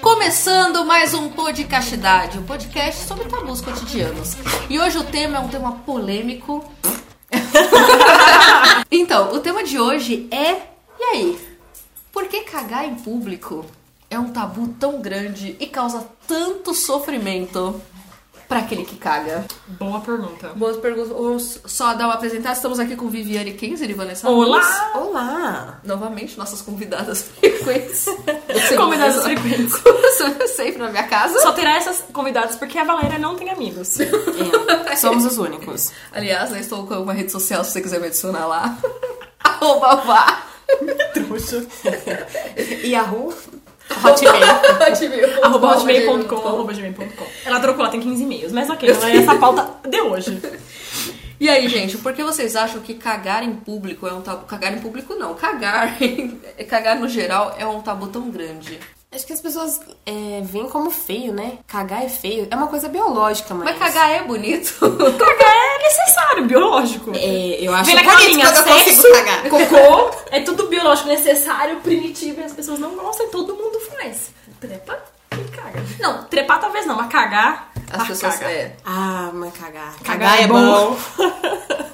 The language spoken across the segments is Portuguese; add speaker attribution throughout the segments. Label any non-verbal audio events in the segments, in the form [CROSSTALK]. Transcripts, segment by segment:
Speaker 1: Começando mais um Podcastidade, um podcast sobre tabus cotidianos. E hoje o tema é um tema polêmico. [LAUGHS] então, o tema de hoje é. E aí? Por que cagar em público é um tabu tão grande e causa tanto sofrimento para aquele que caga?
Speaker 2: Boa pergunta.
Speaker 1: Boas perguntas. Vamos só dar uma apresentada. Estamos aqui com Viviane Kenzer e Vanessa Nunes.
Speaker 2: Olá!
Speaker 3: Olá!
Speaker 1: Novamente, nossas convidadas [LAUGHS] frequentes.
Speaker 2: Convidadas frequentes.
Speaker 1: [LAUGHS] Sempre na minha casa.
Speaker 2: Só terá essas convidadas porque a Valéria não tem amigos.
Speaker 3: É, somos os únicos.
Speaker 1: Aliás, eu estou com uma rede social, se você quiser me adicionar lá. [LAUGHS] Arroba vá.
Speaker 3: Trouxa.
Speaker 1: [LAUGHS]
Speaker 3: Yahoo? Hotmail.
Speaker 1: Hotmail.
Speaker 2: [LAUGHS] arroba hotmail.com, arroba gmail.com. Ela trocou, ela tem 15 e-mails, mas ok, ela é essa pauta de hoje.
Speaker 1: E aí, gente, por que vocês acham que cagar em público é um tabu? Cagar em público não, cagar, [LAUGHS] em- cagar no geral é um tabu tão grande.
Speaker 3: Acho que as pessoas é, veem como feio, né? Cagar é feio. É uma coisa biológica, mas...
Speaker 1: Mas cagar é bonito.
Speaker 2: Cagar é necessário, biológico.
Speaker 3: É, eu acho
Speaker 2: Vem na
Speaker 3: bonito
Speaker 2: caminha,
Speaker 3: quando eu consigo
Speaker 2: sexo.
Speaker 3: cagar.
Speaker 2: [LAUGHS] Cocô é tudo biológico, necessário, primitivo, e as pessoas não gostam e todo mundo faz. Trepa e caga. Não, trepar talvez não, mas cagar.
Speaker 1: As
Speaker 2: ah,
Speaker 1: pessoas.
Speaker 2: caga.
Speaker 1: É.
Speaker 3: Ah, mas cagar. Cagar,
Speaker 2: Cagar é bom. [LAUGHS]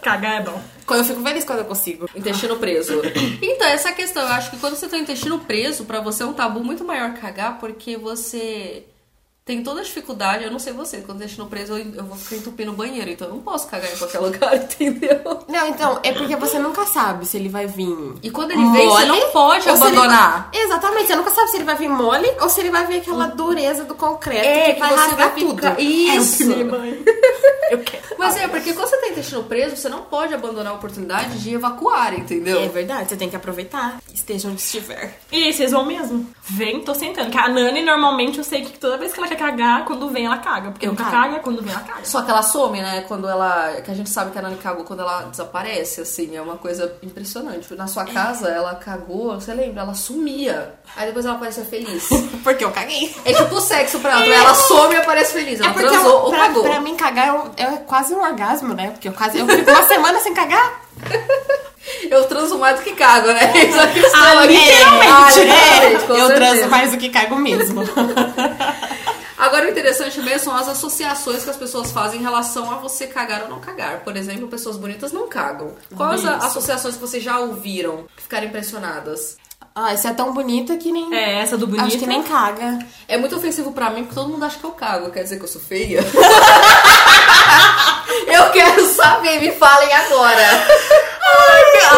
Speaker 2: Cagar é bom.
Speaker 3: Quando eu fico feliz quando eu consigo.
Speaker 1: Intestino preso. Então, essa questão, eu acho que quando você tem o intestino preso, pra você é um tabu muito maior cagar, porque você tem toda a dificuldade. Eu não sei você, quando o intestino preso, eu, eu vou ficar entupindo o banheiro, então eu não posso cagar em qualquer [LAUGHS] lugar, entendeu?
Speaker 3: Não, então, é porque você nunca sabe se ele vai vir...
Speaker 1: E quando ele vem, você
Speaker 3: mole
Speaker 1: não pode
Speaker 3: ou se ele-
Speaker 1: abandonar.
Speaker 3: Exatamente, você nunca sabe se ele vai vir mole ou se ele vai vir aquela dureza do concreto É,
Speaker 1: É,
Speaker 3: que vai rasgar tudo.
Speaker 1: Isso!
Speaker 2: [LAUGHS] mãe. Eu quero.
Speaker 1: Mas é, porque quando você tem intestino preso, você não pode abandonar a oportunidade de evacuar, entendeu?
Speaker 3: É verdade, você tem que aproveitar. Esteja onde estiver. [LAUGHS]
Speaker 2: E aí, vocês vão mesmo? Vem, tô sentando. Que a Nani, normalmente, eu sei que toda vez que ela quer cagar, quando vem, ela caga. Porque
Speaker 3: Eu
Speaker 2: nunca
Speaker 3: cago.
Speaker 2: caga, quando vem, ela caga.
Speaker 1: Só que ela some, né? Quando ela. Que a gente sabe que a Nani cagou quando ela desaparece, assim. É uma coisa impressionante. Na sua casa, ela cagou, você lembra? Ela sumia. Aí depois ela aparecia feliz.
Speaker 3: Porque eu caguei.
Speaker 1: É tipo sexo pra ela. Ela some e aparece feliz. Ela
Speaker 3: eu-
Speaker 1: transou ou
Speaker 3: É um- pra,
Speaker 1: cagou.
Speaker 3: pra mim, cagar é, um- é quase um orgasmo, né? Porque eu quase eu fico uma semana sem cagar. [LAUGHS]
Speaker 1: Eu transo mais do que cago, né? [LAUGHS] Isso é questão,
Speaker 2: Ah,
Speaker 1: né?
Speaker 2: literalmente,
Speaker 1: Ah,
Speaker 3: É,
Speaker 1: literalmente, com
Speaker 3: [LAUGHS] eu
Speaker 1: certeza.
Speaker 3: transo mais do que cago mesmo.
Speaker 1: Agora o interessante mesmo são as associações que as pessoas fazem em relação a você cagar ou não cagar. Por exemplo, pessoas bonitas não cagam. Quais as
Speaker 2: Isso.
Speaker 1: associações que vocês já ouviram que ficaram impressionadas?
Speaker 3: [LAUGHS] ah, isso é tão bonito que nem.
Speaker 2: É, essa do bonito. [LAUGHS]
Speaker 3: Acho que nem caga.
Speaker 1: É muito ofensivo pra mim porque todo mundo acha que eu cago. Quer dizer que eu sou feia? [LAUGHS] eu quero saber, me falem agora.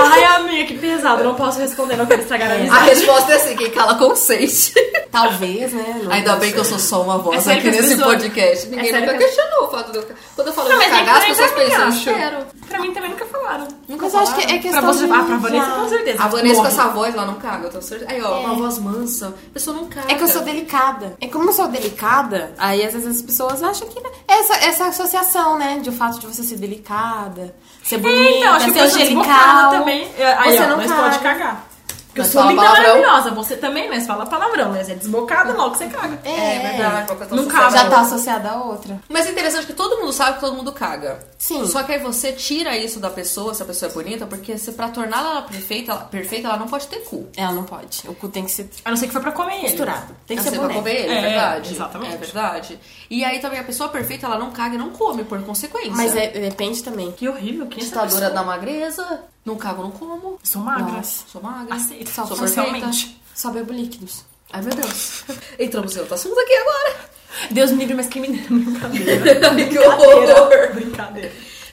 Speaker 2: Ai, amiga, que pesado. Não posso responder, não quero estragar a
Speaker 1: A
Speaker 2: amizade.
Speaker 1: resposta é assim: quem cala consente.
Speaker 3: Talvez, né? Não-
Speaker 1: Ainda bem que eu sou só uma
Speaker 2: É
Speaker 1: voz
Speaker 2: sério
Speaker 1: aqui
Speaker 2: que as
Speaker 1: nesse
Speaker 2: pessoas-
Speaker 1: podcast. Ninguém
Speaker 2: É sério
Speaker 1: nunca
Speaker 2: que as-
Speaker 1: questionou o fato de eu cagar. Quando eu falo
Speaker 2: Não, é
Speaker 1: de
Speaker 2: mas nem
Speaker 1: cagar, as
Speaker 2: nem
Speaker 1: pessoas
Speaker 2: pra
Speaker 1: pensam,
Speaker 2: mim,
Speaker 1: "Quero."
Speaker 2: Pra mim também nunca falaram.
Speaker 1: Nunca
Speaker 3: Mas eu acho que
Speaker 1: falaram?
Speaker 3: é
Speaker 2: Pra
Speaker 3: questão
Speaker 2: você,
Speaker 3: de.
Speaker 2: ah, pra Vanessa,
Speaker 3: já-
Speaker 2: com certeza.
Speaker 1: A Vanessa
Speaker 2: Morre. É.
Speaker 1: com essa voz lá não caga, eu tenho certeza. Aí, ó, uma voz mansa. A pessoa não caga.
Speaker 3: É que eu sou delicada. É como eu sou delicada, aí às vezes as pessoas acham que. né, Essa, essa associação, né? De o fato de você ser delicada, ser bonita,
Speaker 2: Então, acho que
Speaker 3: ser
Speaker 2: eu sou desbocada
Speaker 3: é angelical.
Speaker 2: também. É, Aí,
Speaker 3: você
Speaker 2: ó,
Speaker 3: não
Speaker 2: mas
Speaker 3: caga.
Speaker 2: pode cagar. Porque eu
Speaker 1: Mas
Speaker 2: sou
Speaker 1: fala
Speaker 2: linda
Speaker 1: palavrão.
Speaker 2: maravilhosa. Você também, mas fala palavrão. Mas é desbocada, logo você caga.
Speaker 1: É,
Speaker 3: É,
Speaker 1: verdade, qualquer outra
Speaker 2: Não
Speaker 1: sociedade.
Speaker 3: já tá associada a outra.
Speaker 1: Mas é interessante que todo mundo sabe que todo mundo caga.
Speaker 3: Sim.
Speaker 1: Só que aí você tira isso da pessoa, se a pessoa é bonita, porque se pra tornar ela perfeita, ela, perfeita, ela não pode ter cu.
Speaker 3: Ela não pode. O cu tem que ser
Speaker 2: A não ser que foi pra comer ele.
Speaker 3: misturado. Tem que
Speaker 1: Eu
Speaker 3: ser
Speaker 1: sei pra
Speaker 3: boneco.
Speaker 1: comer ele, é
Speaker 2: É,
Speaker 1: verdade.
Speaker 2: exatamente.
Speaker 1: É verdade. E aí também a pessoa perfeita, ela não caga e não come, por consequência.
Speaker 3: Mas é- depende também.
Speaker 2: Que horrível. Quem é essa
Speaker 1: Ditadura
Speaker 2: pessoa?
Speaker 1: da magreza, não cago, não como.
Speaker 2: Sou magra.
Speaker 3: Nossa.
Speaker 1: Sou magra.
Speaker 2: Aceito.
Speaker 1: Sou perfeita.
Speaker 2: Socialmente.
Speaker 3: Só bebo líquidos.
Speaker 1: Ai, meu Deus. [LAUGHS] Entramos em outro assunto aqui agora. [LAUGHS]
Speaker 2: Deus me [LAUGHS] livre, mas que mineiro. Brincadeira.
Speaker 1: que horror.
Speaker 2: Brincadeira.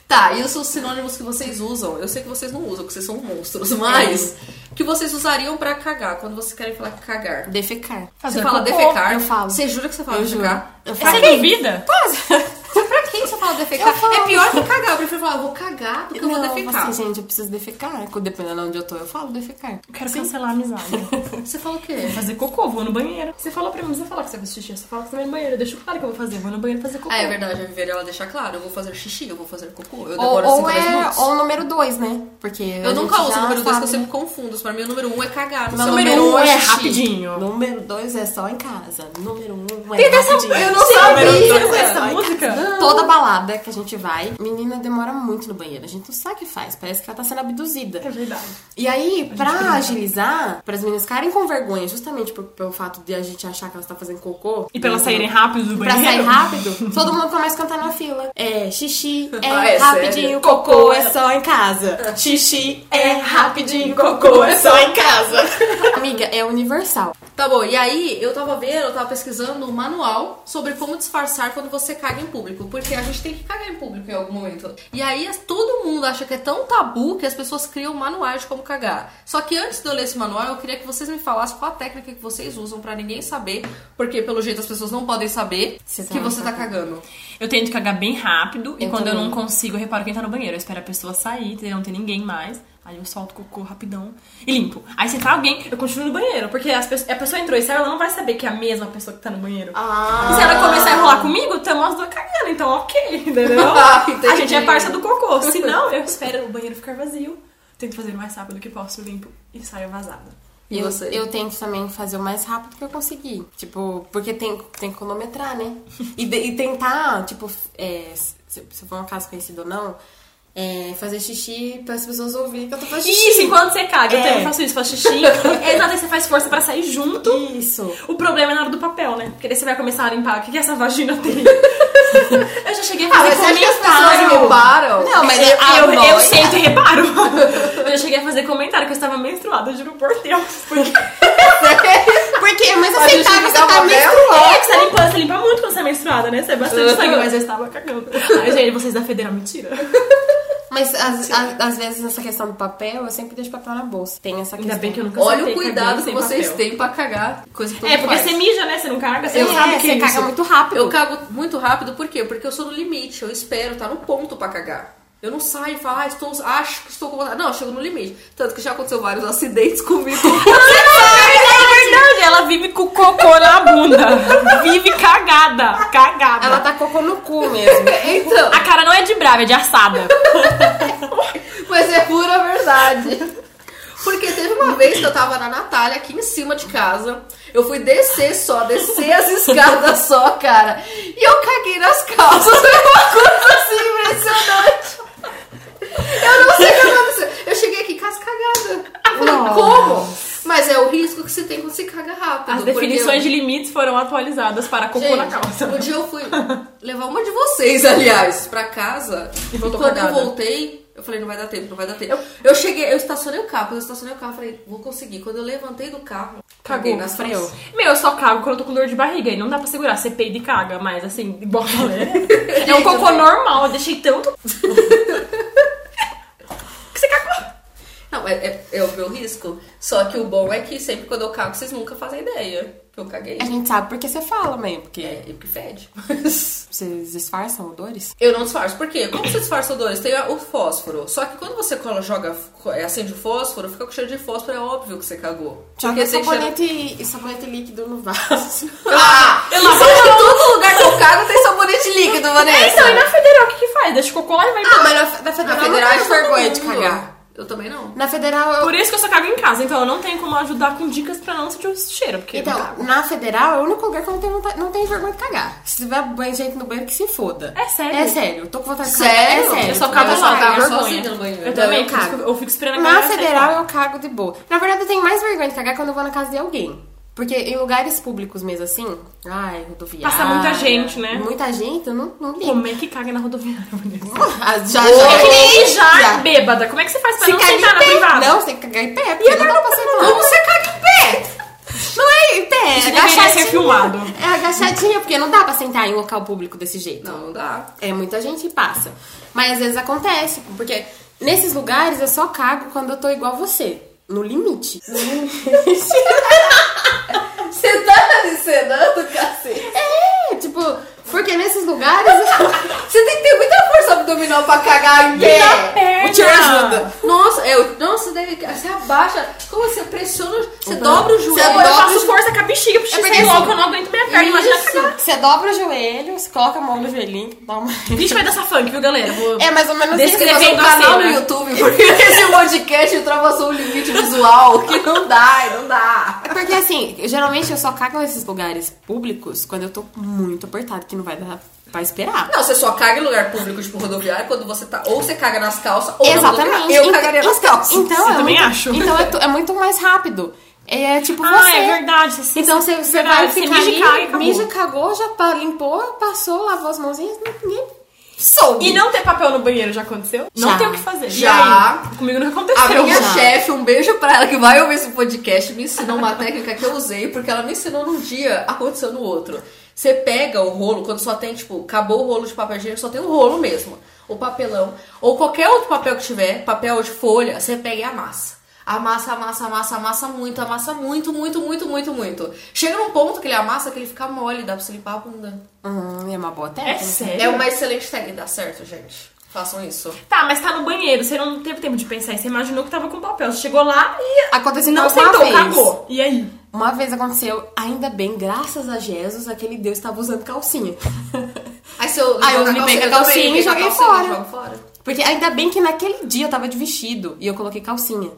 Speaker 1: Tá, e os seus sinônimos que vocês usam? Eu sei que vocês não usam, porque vocês são monstros, [LAUGHS]
Speaker 3: É.
Speaker 1: mas que vocês usariam pra cagar, quando vocês querem falar cagar.
Speaker 3: Defecar.
Speaker 1: Você
Speaker 2: Fazer
Speaker 1: fala
Speaker 2: cocô,
Speaker 1: defecar,
Speaker 3: eu falo.
Speaker 1: Você jura que você fala
Speaker 3: Eu juro.
Speaker 1: defecar?
Speaker 3: Eu
Speaker 2: É
Speaker 3: falo.
Speaker 2: Você duvida?
Speaker 1: Pra quem você fala defecar?
Speaker 3: Eu falo.
Speaker 1: É pior que cagar. Eu prefiro falar, vou cagar do que eu vou
Speaker 3: Não,
Speaker 1: defecar.
Speaker 3: assim, gente, eu preciso defecar. Dependendo de onde eu tô, eu falo defecar.
Speaker 2: Eu quero cancelar a [LAUGHS] amizade.
Speaker 1: Você fala o quê?
Speaker 2: fazer cocô, vou no banheiro. Você falou pra mim, não precisa falar que você vai fazer xixi, você fala que você vai no banheiro. Deixa claro que eu vou fazer, vou no banheiro fazer cocô.
Speaker 1: Ah, é verdade, a Viviane ela deixa claro, eu vou fazer xixi, eu vou fazer cocô, eu
Speaker 3: Ou,
Speaker 1: demoro
Speaker 3: ou
Speaker 1: cinco dez
Speaker 3: é
Speaker 1: minutos.
Speaker 3: ou o número dois, né? Porque
Speaker 1: Eu nunca uso o número 2
Speaker 3: dois
Speaker 1: que eu sempre confundo. Pra mim o número 1 um é cagar. sei
Speaker 3: Meu
Speaker 1: lá.
Speaker 3: número
Speaker 2: Número um
Speaker 3: um
Speaker 2: é
Speaker 3: xixi.
Speaker 2: rapidinho.
Speaker 3: Número dois é só em casa. Número um é
Speaker 2: Tem dessa
Speaker 3: rapidinho. é
Speaker 2: Eu
Speaker 1: não
Speaker 2: não
Speaker 1: sabia.
Speaker 2: sabia
Speaker 1: Sim,
Speaker 2: essa
Speaker 3: mas-
Speaker 2: música.
Speaker 3: Toda balada que a gente vai, menina demora muito no banheiro. A gente não sabe o que faz. Parece que ela tá sendo abduzida.
Speaker 2: É verdade.
Speaker 3: E aí, pra
Speaker 2: brinca.
Speaker 3: agilizar, pras meninas ficarem com vergonha, justamente por- pelo fato de a gente achar que elas tá fazendo cocô.
Speaker 2: E pra elas
Speaker 3: entendeu?
Speaker 2: saírem rápido do
Speaker 3: [LAUGHS] Pra
Speaker 2: banheiro.
Speaker 3: sair rápido, todo mundo começa a cantar na fila. É xixi, é,
Speaker 4: Ah, é
Speaker 3: rapidinho,
Speaker 4: sério?
Speaker 3: cocô é só em casa. Xixi, é rapidinho, cocô é só em casa. [LAUGHS] Amiga, é universal.
Speaker 1: Tá bom, e aí eu tava vendo, eu tava pesquisando um manual sobre como disfarçar quando você caga em público. Porque a gente tem que cagar em público em algum momento. E aí as- todo mundo acha que é tão tabu que as pessoas criam manuais de como cagar. Só que antes de eu ler esse manual, eu queria que vocês me falassem qual a técnica que vocês usam pra ninguém saber. Porque pelo jeito as pessoas não podem saber
Speaker 3: Você tá
Speaker 1: que você tá
Speaker 3: cagando.
Speaker 1: cagando.
Speaker 2: Eu tento cagar bem rápido e
Speaker 3: Eu
Speaker 2: quando eu
Speaker 3: também.
Speaker 2: não consigo, eu reparo quem tá no banheiro. Eu espero a pessoa sair, entendeu? não tem ninguém mais. Aí eu solto o cocô rapidão e limpo. Aí se entrar alguém, eu continuo no banheiro. Porque as pessoas- a pessoa entrou e saiu, ela não vai saber que é a mesma pessoa que tá no banheiro.
Speaker 3: Ah,
Speaker 2: E se ela começar a enrolar comigo, tamo as duas cagando, então ok,
Speaker 3: [LAUGHS]
Speaker 2: entendeu?
Speaker 1: Ah,
Speaker 2: a gente é
Speaker 1: entendi.
Speaker 2: parça do cocô. Se não, eu espero o banheiro ficar vazio. Tento fazer o mais rápido que posso, limpo e saio vazada.
Speaker 1: E
Speaker 3: eu,
Speaker 1: você?
Speaker 3: eu tento também fazer o mais rápido que eu conseguir. Tipo, porque tem, tem que cronometrar, né? E, de- e tentar, tipo, é, se, se for um caso conhecido ou não, é, fazer xixi para as pessoas ouvirem que eu tô fazendo xixi.
Speaker 2: Isso, enquanto você caga.
Speaker 3: É.
Speaker 2: Eu também faço isso, faço
Speaker 3: [LAUGHS]
Speaker 2: xixi. é nada, você faz força pra sair junto.
Speaker 3: Isso.
Speaker 2: O problema é na hora do papel, né? Porque daí você vai começar a limpar. O que, que essa vagina tem? eu já cheguei a fazer
Speaker 3: Ah,
Speaker 4: mas você acha que as
Speaker 2: comentário.
Speaker 4: pessoas reparam?
Speaker 3: Não, mas é
Speaker 2: eu, eu,
Speaker 3: nós-
Speaker 2: eu sento e reparo. eu já cheguei a fazer comentário que eu estava menstruada, eu juro por Deus. Porque
Speaker 3: Porque, mas
Speaker 4: A
Speaker 3: eu sei
Speaker 4: gente
Speaker 3: que você
Speaker 4: dá
Speaker 3: tá
Speaker 4: uma
Speaker 3: menstruando.
Speaker 2: é que você limpa, você limpa muito quando você é menstruada, né? Você é bastante sangue, mas eu estava cagando. Ai, gente, vocês da Federal, mentira.
Speaker 3: Mas às- às às vezes nessa questão do papel, eu sempre deixo papel na bolsa. Tem essa questão.
Speaker 2: Ainda bem que eu nunca
Speaker 1: Olha
Speaker 2: sentei
Speaker 1: o cuidado que
Speaker 2: cagando sem
Speaker 1: vocês
Speaker 2: papel.
Speaker 1: têm pra cagar. Coisa que todo
Speaker 2: É,
Speaker 1: mundo
Speaker 2: porque
Speaker 1: faz.
Speaker 2: você mija, né? Você não caga, você
Speaker 3: Eu
Speaker 2: não
Speaker 3: sabe
Speaker 2: sabe o que
Speaker 3: você
Speaker 2: é
Speaker 3: caga
Speaker 2: isso.
Speaker 3: muito rápido.
Speaker 1: Eu cago muito rápido, por quê? Porque eu sou no limite, eu espero, tá no ponto pra cagar. Eu não saio e falo, ah, estou, acho que estou com vontade. Não, eu chego no limite. Tanto que já aconteceu vários [LAUGHS] acidentes comigo.
Speaker 2: É verdade, ela vive com cocô na bunda. Vive cagada, cagada.
Speaker 3: Ela tá cocô no cu mesmo.
Speaker 4: Então,
Speaker 2: A cara não é de brava, é de [LAUGHS] assada.
Speaker 4: mas é pura verdade.
Speaker 1: Porque teve uma vez que eu tava na Natália, aqui em cima de casa. Eu fui descer só, descer as escadas só, cara. E eu caguei nas calças. Foi uma coisa assim impressionante. Eu não sei o que aconteceu. Eu cheguei aqui em casa cagada. Eu falei,
Speaker 3: Nossa.
Speaker 1: como? Mas é o risco que você tem quando se caga rápido.
Speaker 2: As
Speaker 1: porque
Speaker 2: definições de limites foram atualizadas para cocô na
Speaker 1: Gente,
Speaker 2: calça.
Speaker 1: um dia eu fui levar uma de vocês, aliás, pra casa. E
Speaker 2: voltou
Speaker 1: quando eu
Speaker 2: cagada.
Speaker 1: voltei, eu falei, não vai dar tempo, não vai dar tempo. Eu, cheguei, eu estacionei o carro. Quando eu estacionei o carro, eu falei, vou conseguir. Quando eu levantei do carro, caguei nas
Speaker 3: freou.
Speaker 1: calças.
Speaker 2: Meu, eu só cago quando eu tô com dor de barriga e não dá pra segurar. Você peida e caga, mas assim, bola, [LAUGHS] né? É um cocô normal, eu deixei tanto. que você cagou.
Speaker 1: Não, é, é- é o meu risco. Só que o bom é que sempre quando eu cago, vocês nunca fazem ideia que eu caguei.
Speaker 3: A gente sabe porque você fala, mãe. Porque
Speaker 1: É, e porque fede. [LAUGHS]
Speaker 3: vocês disfarçam odores.
Speaker 1: Eu não disfarço. Por quê? Como você disfarça odores? Tem o fósforo. Só que quando você cola, joga, acende o fósforo, fica com cheiro de fósforo, é óbvio que você cagou.
Speaker 3: Joga
Speaker 1: tem cheiro-
Speaker 3: sabonete, e sabonete líquido no vaso.
Speaker 1: Ah! Eu lavo em todo lugar que eu cago tem sabonete líquido,
Speaker 2: É,
Speaker 1: Vanessa.
Speaker 2: então, e na federal, o que que faz? Deixa o cocô lá e vai
Speaker 3: [LAUGHS] Ah,
Speaker 2: embora.
Speaker 3: mas na, na
Speaker 1: Ah,
Speaker 3: federal,
Speaker 1: não
Speaker 3: federal é
Speaker 1: cago todo
Speaker 3: vergonha de
Speaker 1: mundo.
Speaker 3: cagar.
Speaker 1: Eu também não.
Speaker 3: Na federal eu...
Speaker 2: Por isso que eu só cago em casa, então eu não tenho como ajudar com dicas pra não sentir o cheiro, porque eu não
Speaker 3: Então,
Speaker 2: cago.
Speaker 3: na federal é o único lugar que eu não tenho, vontade- não tenho vergonha de cagar. Se tiver banho, gente no banheiro, que se foda.
Speaker 2: É sério?
Speaker 3: É sério. Eu tô com vontade de
Speaker 1: Sério?
Speaker 3: cagar. É sério.
Speaker 2: Eu só
Speaker 1: Eu
Speaker 2: cago
Speaker 1: só
Speaker 2: lá,
Speaker 1: cago
Speaker 2: eu tenho
Speaker 1: sozinha
Speaker 2: vergonha.
Speaker 1: no banheiro.
Speaker 2: Eu também,
Speaker 3: Eu
Speaker 2: por isso
Speaker 3: cago.
Speaker 2: que eu fico esperando a
Speaker 3: Na
Speaker 2: galera sair fora.
Speaker 3: federal eu cago de boa. Na verdade, eu tenho mais vergonha de cagar quando eu vou na casa de alguém. Porque em lugares públicos mesmo assim, ai, rodoviária.
Speaker 2: Passa muita gente, né?
Speaker 3: Muita gente, eu não, não ligo.
Speaker 2: Como é que caga na rodoviária, Vanessa?
Speaker 3: Ah, Já,
Speaker 2: É que nem
Speaker 3: já.
Speaker 2: mijar bêbada. Como é que você faz pra
Speaker 3: Se
Speaker 2: não
Speaker 3: cagar em
Speaker 2: sentar na
Speaker 3: pé.
Speaker 2: privada?
Speaker 3: Não, você tem que cagar em pé. porque não dá pra sentar.
Speaker 1: Como você caga em pé?
Speaker 3: Não é em pé,
Speaker 2: Isso
Speaker 3: é
Speaker 2: deveria ser
Speaker 3: agachadinha.
Speaker 2: filmado.
Speaker 3: É agachadinha, porque não dá pra sentar em local público desse jeito.
Speaker 1: Não, não dá.
Speaker 3: É muita gente que passa. Mas às vezes acontece, porque nesses lugares eu só cago quando eu tô igual você. No limite. No limite.
Speaker 4: Você tá me encenando, cacete.
Speaker 3: é, tipo, porque nesses lugares.
Speaker 4: Você tem que ter muita força abdominal pra cagar em pé.
Speaker 2: perna.
Speaker 4: O tio ajuda.
Speaker 1: Nossa, é, eu- nossa, você deve, você abaixa. Como você pressiona? Você dobra o joelho.
Speaker 3: Você
Speaker 2: Pô, eu
Speaker 3: dobra-
Speaker 2: faço força com a bexiga, porque
Speaker 3: porque
Speaker 2: sai
Speaker 3: assim-
Speaker 2: logo, eu não aguento minha perna, imagina
Speaker 3: Isso.
Speaker 2: cagar.
Speaker 3: [LAUGHS] Você dobra o joelho, você coloca a mão no joelhinho, dá uma.
Speaker 2: Vixe, vai dançar funk, viu, galera? Vou...
Speaker 3: É mais ou menos isso.
Speaker 2: Descreve-
Speaker 4: Fazer um
Speaker 2: Escrevendo a
Speaker 4: canal no
Speaker 2: cena.
Speaker 4: YouTube,
Speaker 3: [LAUGHS]
Speaker 4: porque esse podcast ultrapassou um limite visual que não dá, não dá.
Speaker 3: É Porque assim, geralmente eu só cago nesses lugares públicos quando eu tô muito apertado, que não vai dar Pra esperar.
Speaker 1: Não, você só caga em lugar público, tipo rodoviário, quando você tá. Ou você caga nas calças, ou na
Speaker 3: Exatamente.
Speaker 1: rodoviária. Eu
Speaker 3: Ent-
Speaker 1: cagaria nas
Speaker 3: então-
Speaker 1: calças.
Speaker 3: Então,
Speaker 2: Eu
Speaker 3: é
Speaker 2: também
Speaker 3: muito-
Speaker 2: acho.
Speaker 3: Então é, tu- é muito mais rápido. É tipo você.
Speaker 2: Ah, é verdade. Você,
Speaker 3: Então você, você
Speaker 2: verdade,
Speaker 3: vai
Speaker 2: você
Speaker 3: ficar
Speaker 2: mija e
Speaker 3: ali,
Speaker 2: caga e acabou.
Speaker 3: mija, cagou, já pa- limpou, passou, lavou as mãozinhas, ninguém soube.
Speaker 2: E não ter papel no banheiro já aconteceu? Não
Speaker 3: Já.
Speaker 2: tem o que fazer. E
Speaker 1: Já.
Speaker 2: aí? Comigo não
Speaker 1: A
Speaker 2: aconteceu.
Speaker 1: é minha
Speaker 3: já.
Speaker 1: chefe, um beijo pra ela que vai ouvir esse podcast, me ensinou uma técnica que eu usei, porque ela me ensinou num dia, aconteceu no outro. Você pega o rolo, quando só tem, tipo, acabou o rolo de papel higiênico, só tem o rolo mesmo. O papelão, ou qualquer outro papel que tiver, papel de folha, você pega e amassa. Amassa, amassa, amassa, amassa muito, amassa muito, muito, muito, muito, muito. Chega num ponto que ele amassa que ele fica mole, dá pra você limpar a bunda.
Speaker 3: Hum, é uma boa
Speaker 2: É
Speaker 3: técnica.
Speaker 2: sério.
Speaker 1: É uma excelente técnica, dá certo, gente. Façam isso.
Speaker 2: Tá, mas tá no banheiro, você não teve tempo de pensar isso, você imaginou que tava com papel. Você chegou lá e
Speaker 3: Aconteceu
Speaker 2: não
Speaker 3: uma
Speaker 2: sentou,
Speaker 3: vez.
Speaker 2: cagou. E aí?
Speaker 3: Uma vez aconteceu, ainda bem, graças a Jesus, aquele Deus estava usando [LAUGHS] calcinha.
Speaker 1: Aí se eu.
Speaker 3: Ah, eu
Speaker 1: jogar
Speaker 3: limpei com
Speaker 1: também,
Speaker 3: a calcinha e
Speaker 1: limpei com a
Speaker 3: joguei
Speaker 1: calcinha,
Speaker 3: fora.
Speaker 1: jogo fora.
Speaker 3: Porque ainda bem que naquele dia eu tava de vestido e eu coloquei calcinha.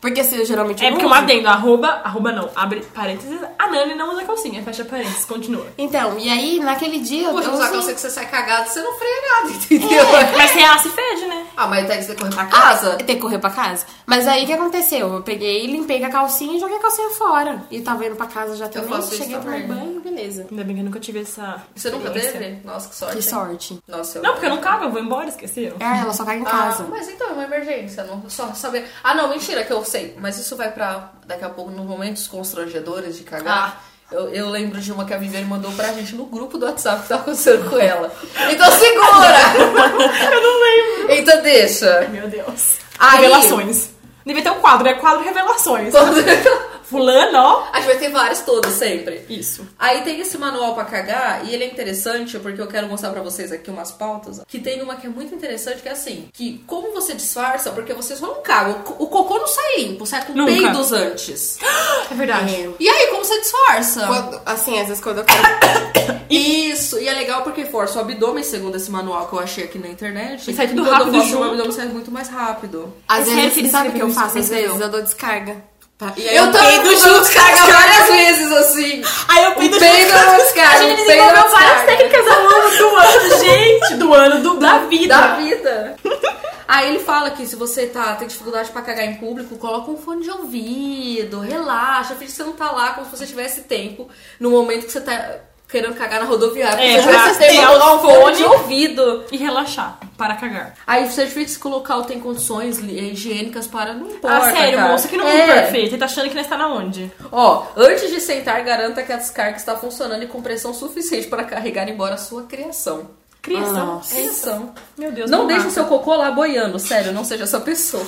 Speaker 3: Porque assim, eu geralmente
Speaker 2: É
Speaker 3: não
Speaker 2: porque um
Speaker 3: uso.
Speaker 2: adendo, arroba, arroba não, abre parênteses, a Nani não usa calcinha, fecha parênteses, continua.
Speaker 3: Então, e aí naquele dia eu
Speaker 1: Poxa, usar
Speaker 3: usei-
Speaker 1: calcinha que você sai cagado, você não freia nada, [LAUGHS] entendeu?
Speaker 2: Mas você ah, se fede, né?
Speaker 1: Ah, mas tem que você correr pra
Speaker 3: casa.
Speaker 1: casa.
Speaker 3: Ter que correr pra casa. Mas aí o que aconteceu? Eu peguei, limpei com a calcinha e joguei a calcinha fora. E tava indo pra casa já também.
Speaker 1: faço isso
Speaker 3: cheguei, tomei
Speaker 1: também.
Speaker 3: banho, beleza.
Speaker 2: Ainda bem que eu nunca tive essa.
Speaker 1: Você nunca
Speaker 2: experiência.
Speaker 1: teve? Nossa, que sorte.
Speaker 3: Que
Speaker 1: hein?
Speaker 3: sorte.
Speaker 1: Nossa, eu...
Speaker 2: Não, porque eu não cago, eu vou embora, esqueceram.
Speaker 3: É, ela só caga em
Speaker 1: Ah,
Speaker 3: casa.
Speaker 1: mas então é uma emergência, não só saber. Ah, não, mentira, que eu sei. Mas isso vai pra daqui a pouco, nos momentos constrangedores de cagar. Eu, eu lembro de uma que a Viviane mandou pra gente no grupo do WhatsApp que tá acontecendo com ela. Então segura!
Speaker 2: [LAUGHS] Eu não lembro.
Speaker 1: então deixa.
Speaker 2: Meu Deus.
Speaker 1: Aí-
Speaker 2: Revelações. Devia ter um quadro, é quadro revelações.
Speaker 1: [LAUGHS]
Speaker 2: Fulano, ó.
Speaker 1: A gente vai ter vários todos sempre.
Speaker 2: Isso.
Speaker 1: Aí tem esse manual pra cagar e ele é interessante porque eu quero mostrar pra vocês aqui umas pautas que tem uma que é muito interessante que é assim, que como você disfarça, porque vocês não cagam, o co- o cocô não sai limpo, sai com
Speaker 2: Nunca.
Speaker 1: peidos antes.
Speaker 2: É verdade.
Speaker 3: É.
Speaker 1: E aí como você disfarça?
Speaker 3: Quando- assim, às vezes quando eu quero.
Speaker 1: Isso, e é legal porque força o abdômen, segundo esse manual que eu achei aqui na internet.
Speaker 2: E sai tudo
Speaker 1: quando
Speaker 2: rápido
Speaker 1: eu forço,
Speaker 2: junto.
Speaker 1: o abdômen sai muito mais rápido.
Speaker 3: Às
Speaker 2: Sério que
Speaker 3: vezes,
Speaker 2: eles
Speaker 3: sabe o que eu
Speaker 2: escreveram
Speaker 3: faço? Às
Speaker 1: isso pra
Speaker 3: vezes
Speaker 1: você?
Speaker 3: eu dou descarga. Tá? E
Speaker 1: eu também
Speaker 3: peido
Speaker 1: dando caga várias vezes assim.
Speaker 2: Aí eu
Speaker 1: O peido não
Speaker 2: A
Speaker 1: descarga,
Speaker 2: gente
Speaker 1: o peido não
Speaker 2: desenvolveu várias
Speaker 1: descarga.
Speaker 2: técnicas ao longo [LAUGHS] do ano, gente. Do ano, do, da
Speaker 1: [LAUGHS]
Speaker 2: vida.
Speaker 1: da vida. Aí ele fala que se você tá, tem dificuldade pra cagar em público, coloca um fone de ouvido, relaxa, finge que você não tá lá como se você tivesse tempo no momento que você tá querendo cagar na rodoviária.
Speaker 2: É,
Speaker 1: porque você
Speaker 2: pra
Speaker 1: já tem
Speaker 2: ter
Speaker 1: que colocar um
Speaker 2: fone.
Speaker 1: fone de ouvido.
Speaker 2: E relaxar, para cagar.
Speaker 1: Aí o certificado local tem condições li- higiênicas para não importa.
Speaker 2: ah, sério,
Speaker 1: cara.
Speaker 2: moça, que não
Speaker 1: é.
Speaker 2: é perfeito. Ele tá achando que nós tá na onde?
Speaker 1: Ó, antes de sentar, garanta que a descarga está funcionando e com pressão suficiente para carregar embora a sua criação.
Speaker 2: Criação.
Speaker 3: Nossa.
Speaker 1: Criação.
Speaker 2: É Meu Deus,
Speaker 1: Não deixe o
Speaker 2: mata.
Speaker 1: seu cocô lá boiando, sério, não seja essa pessoa.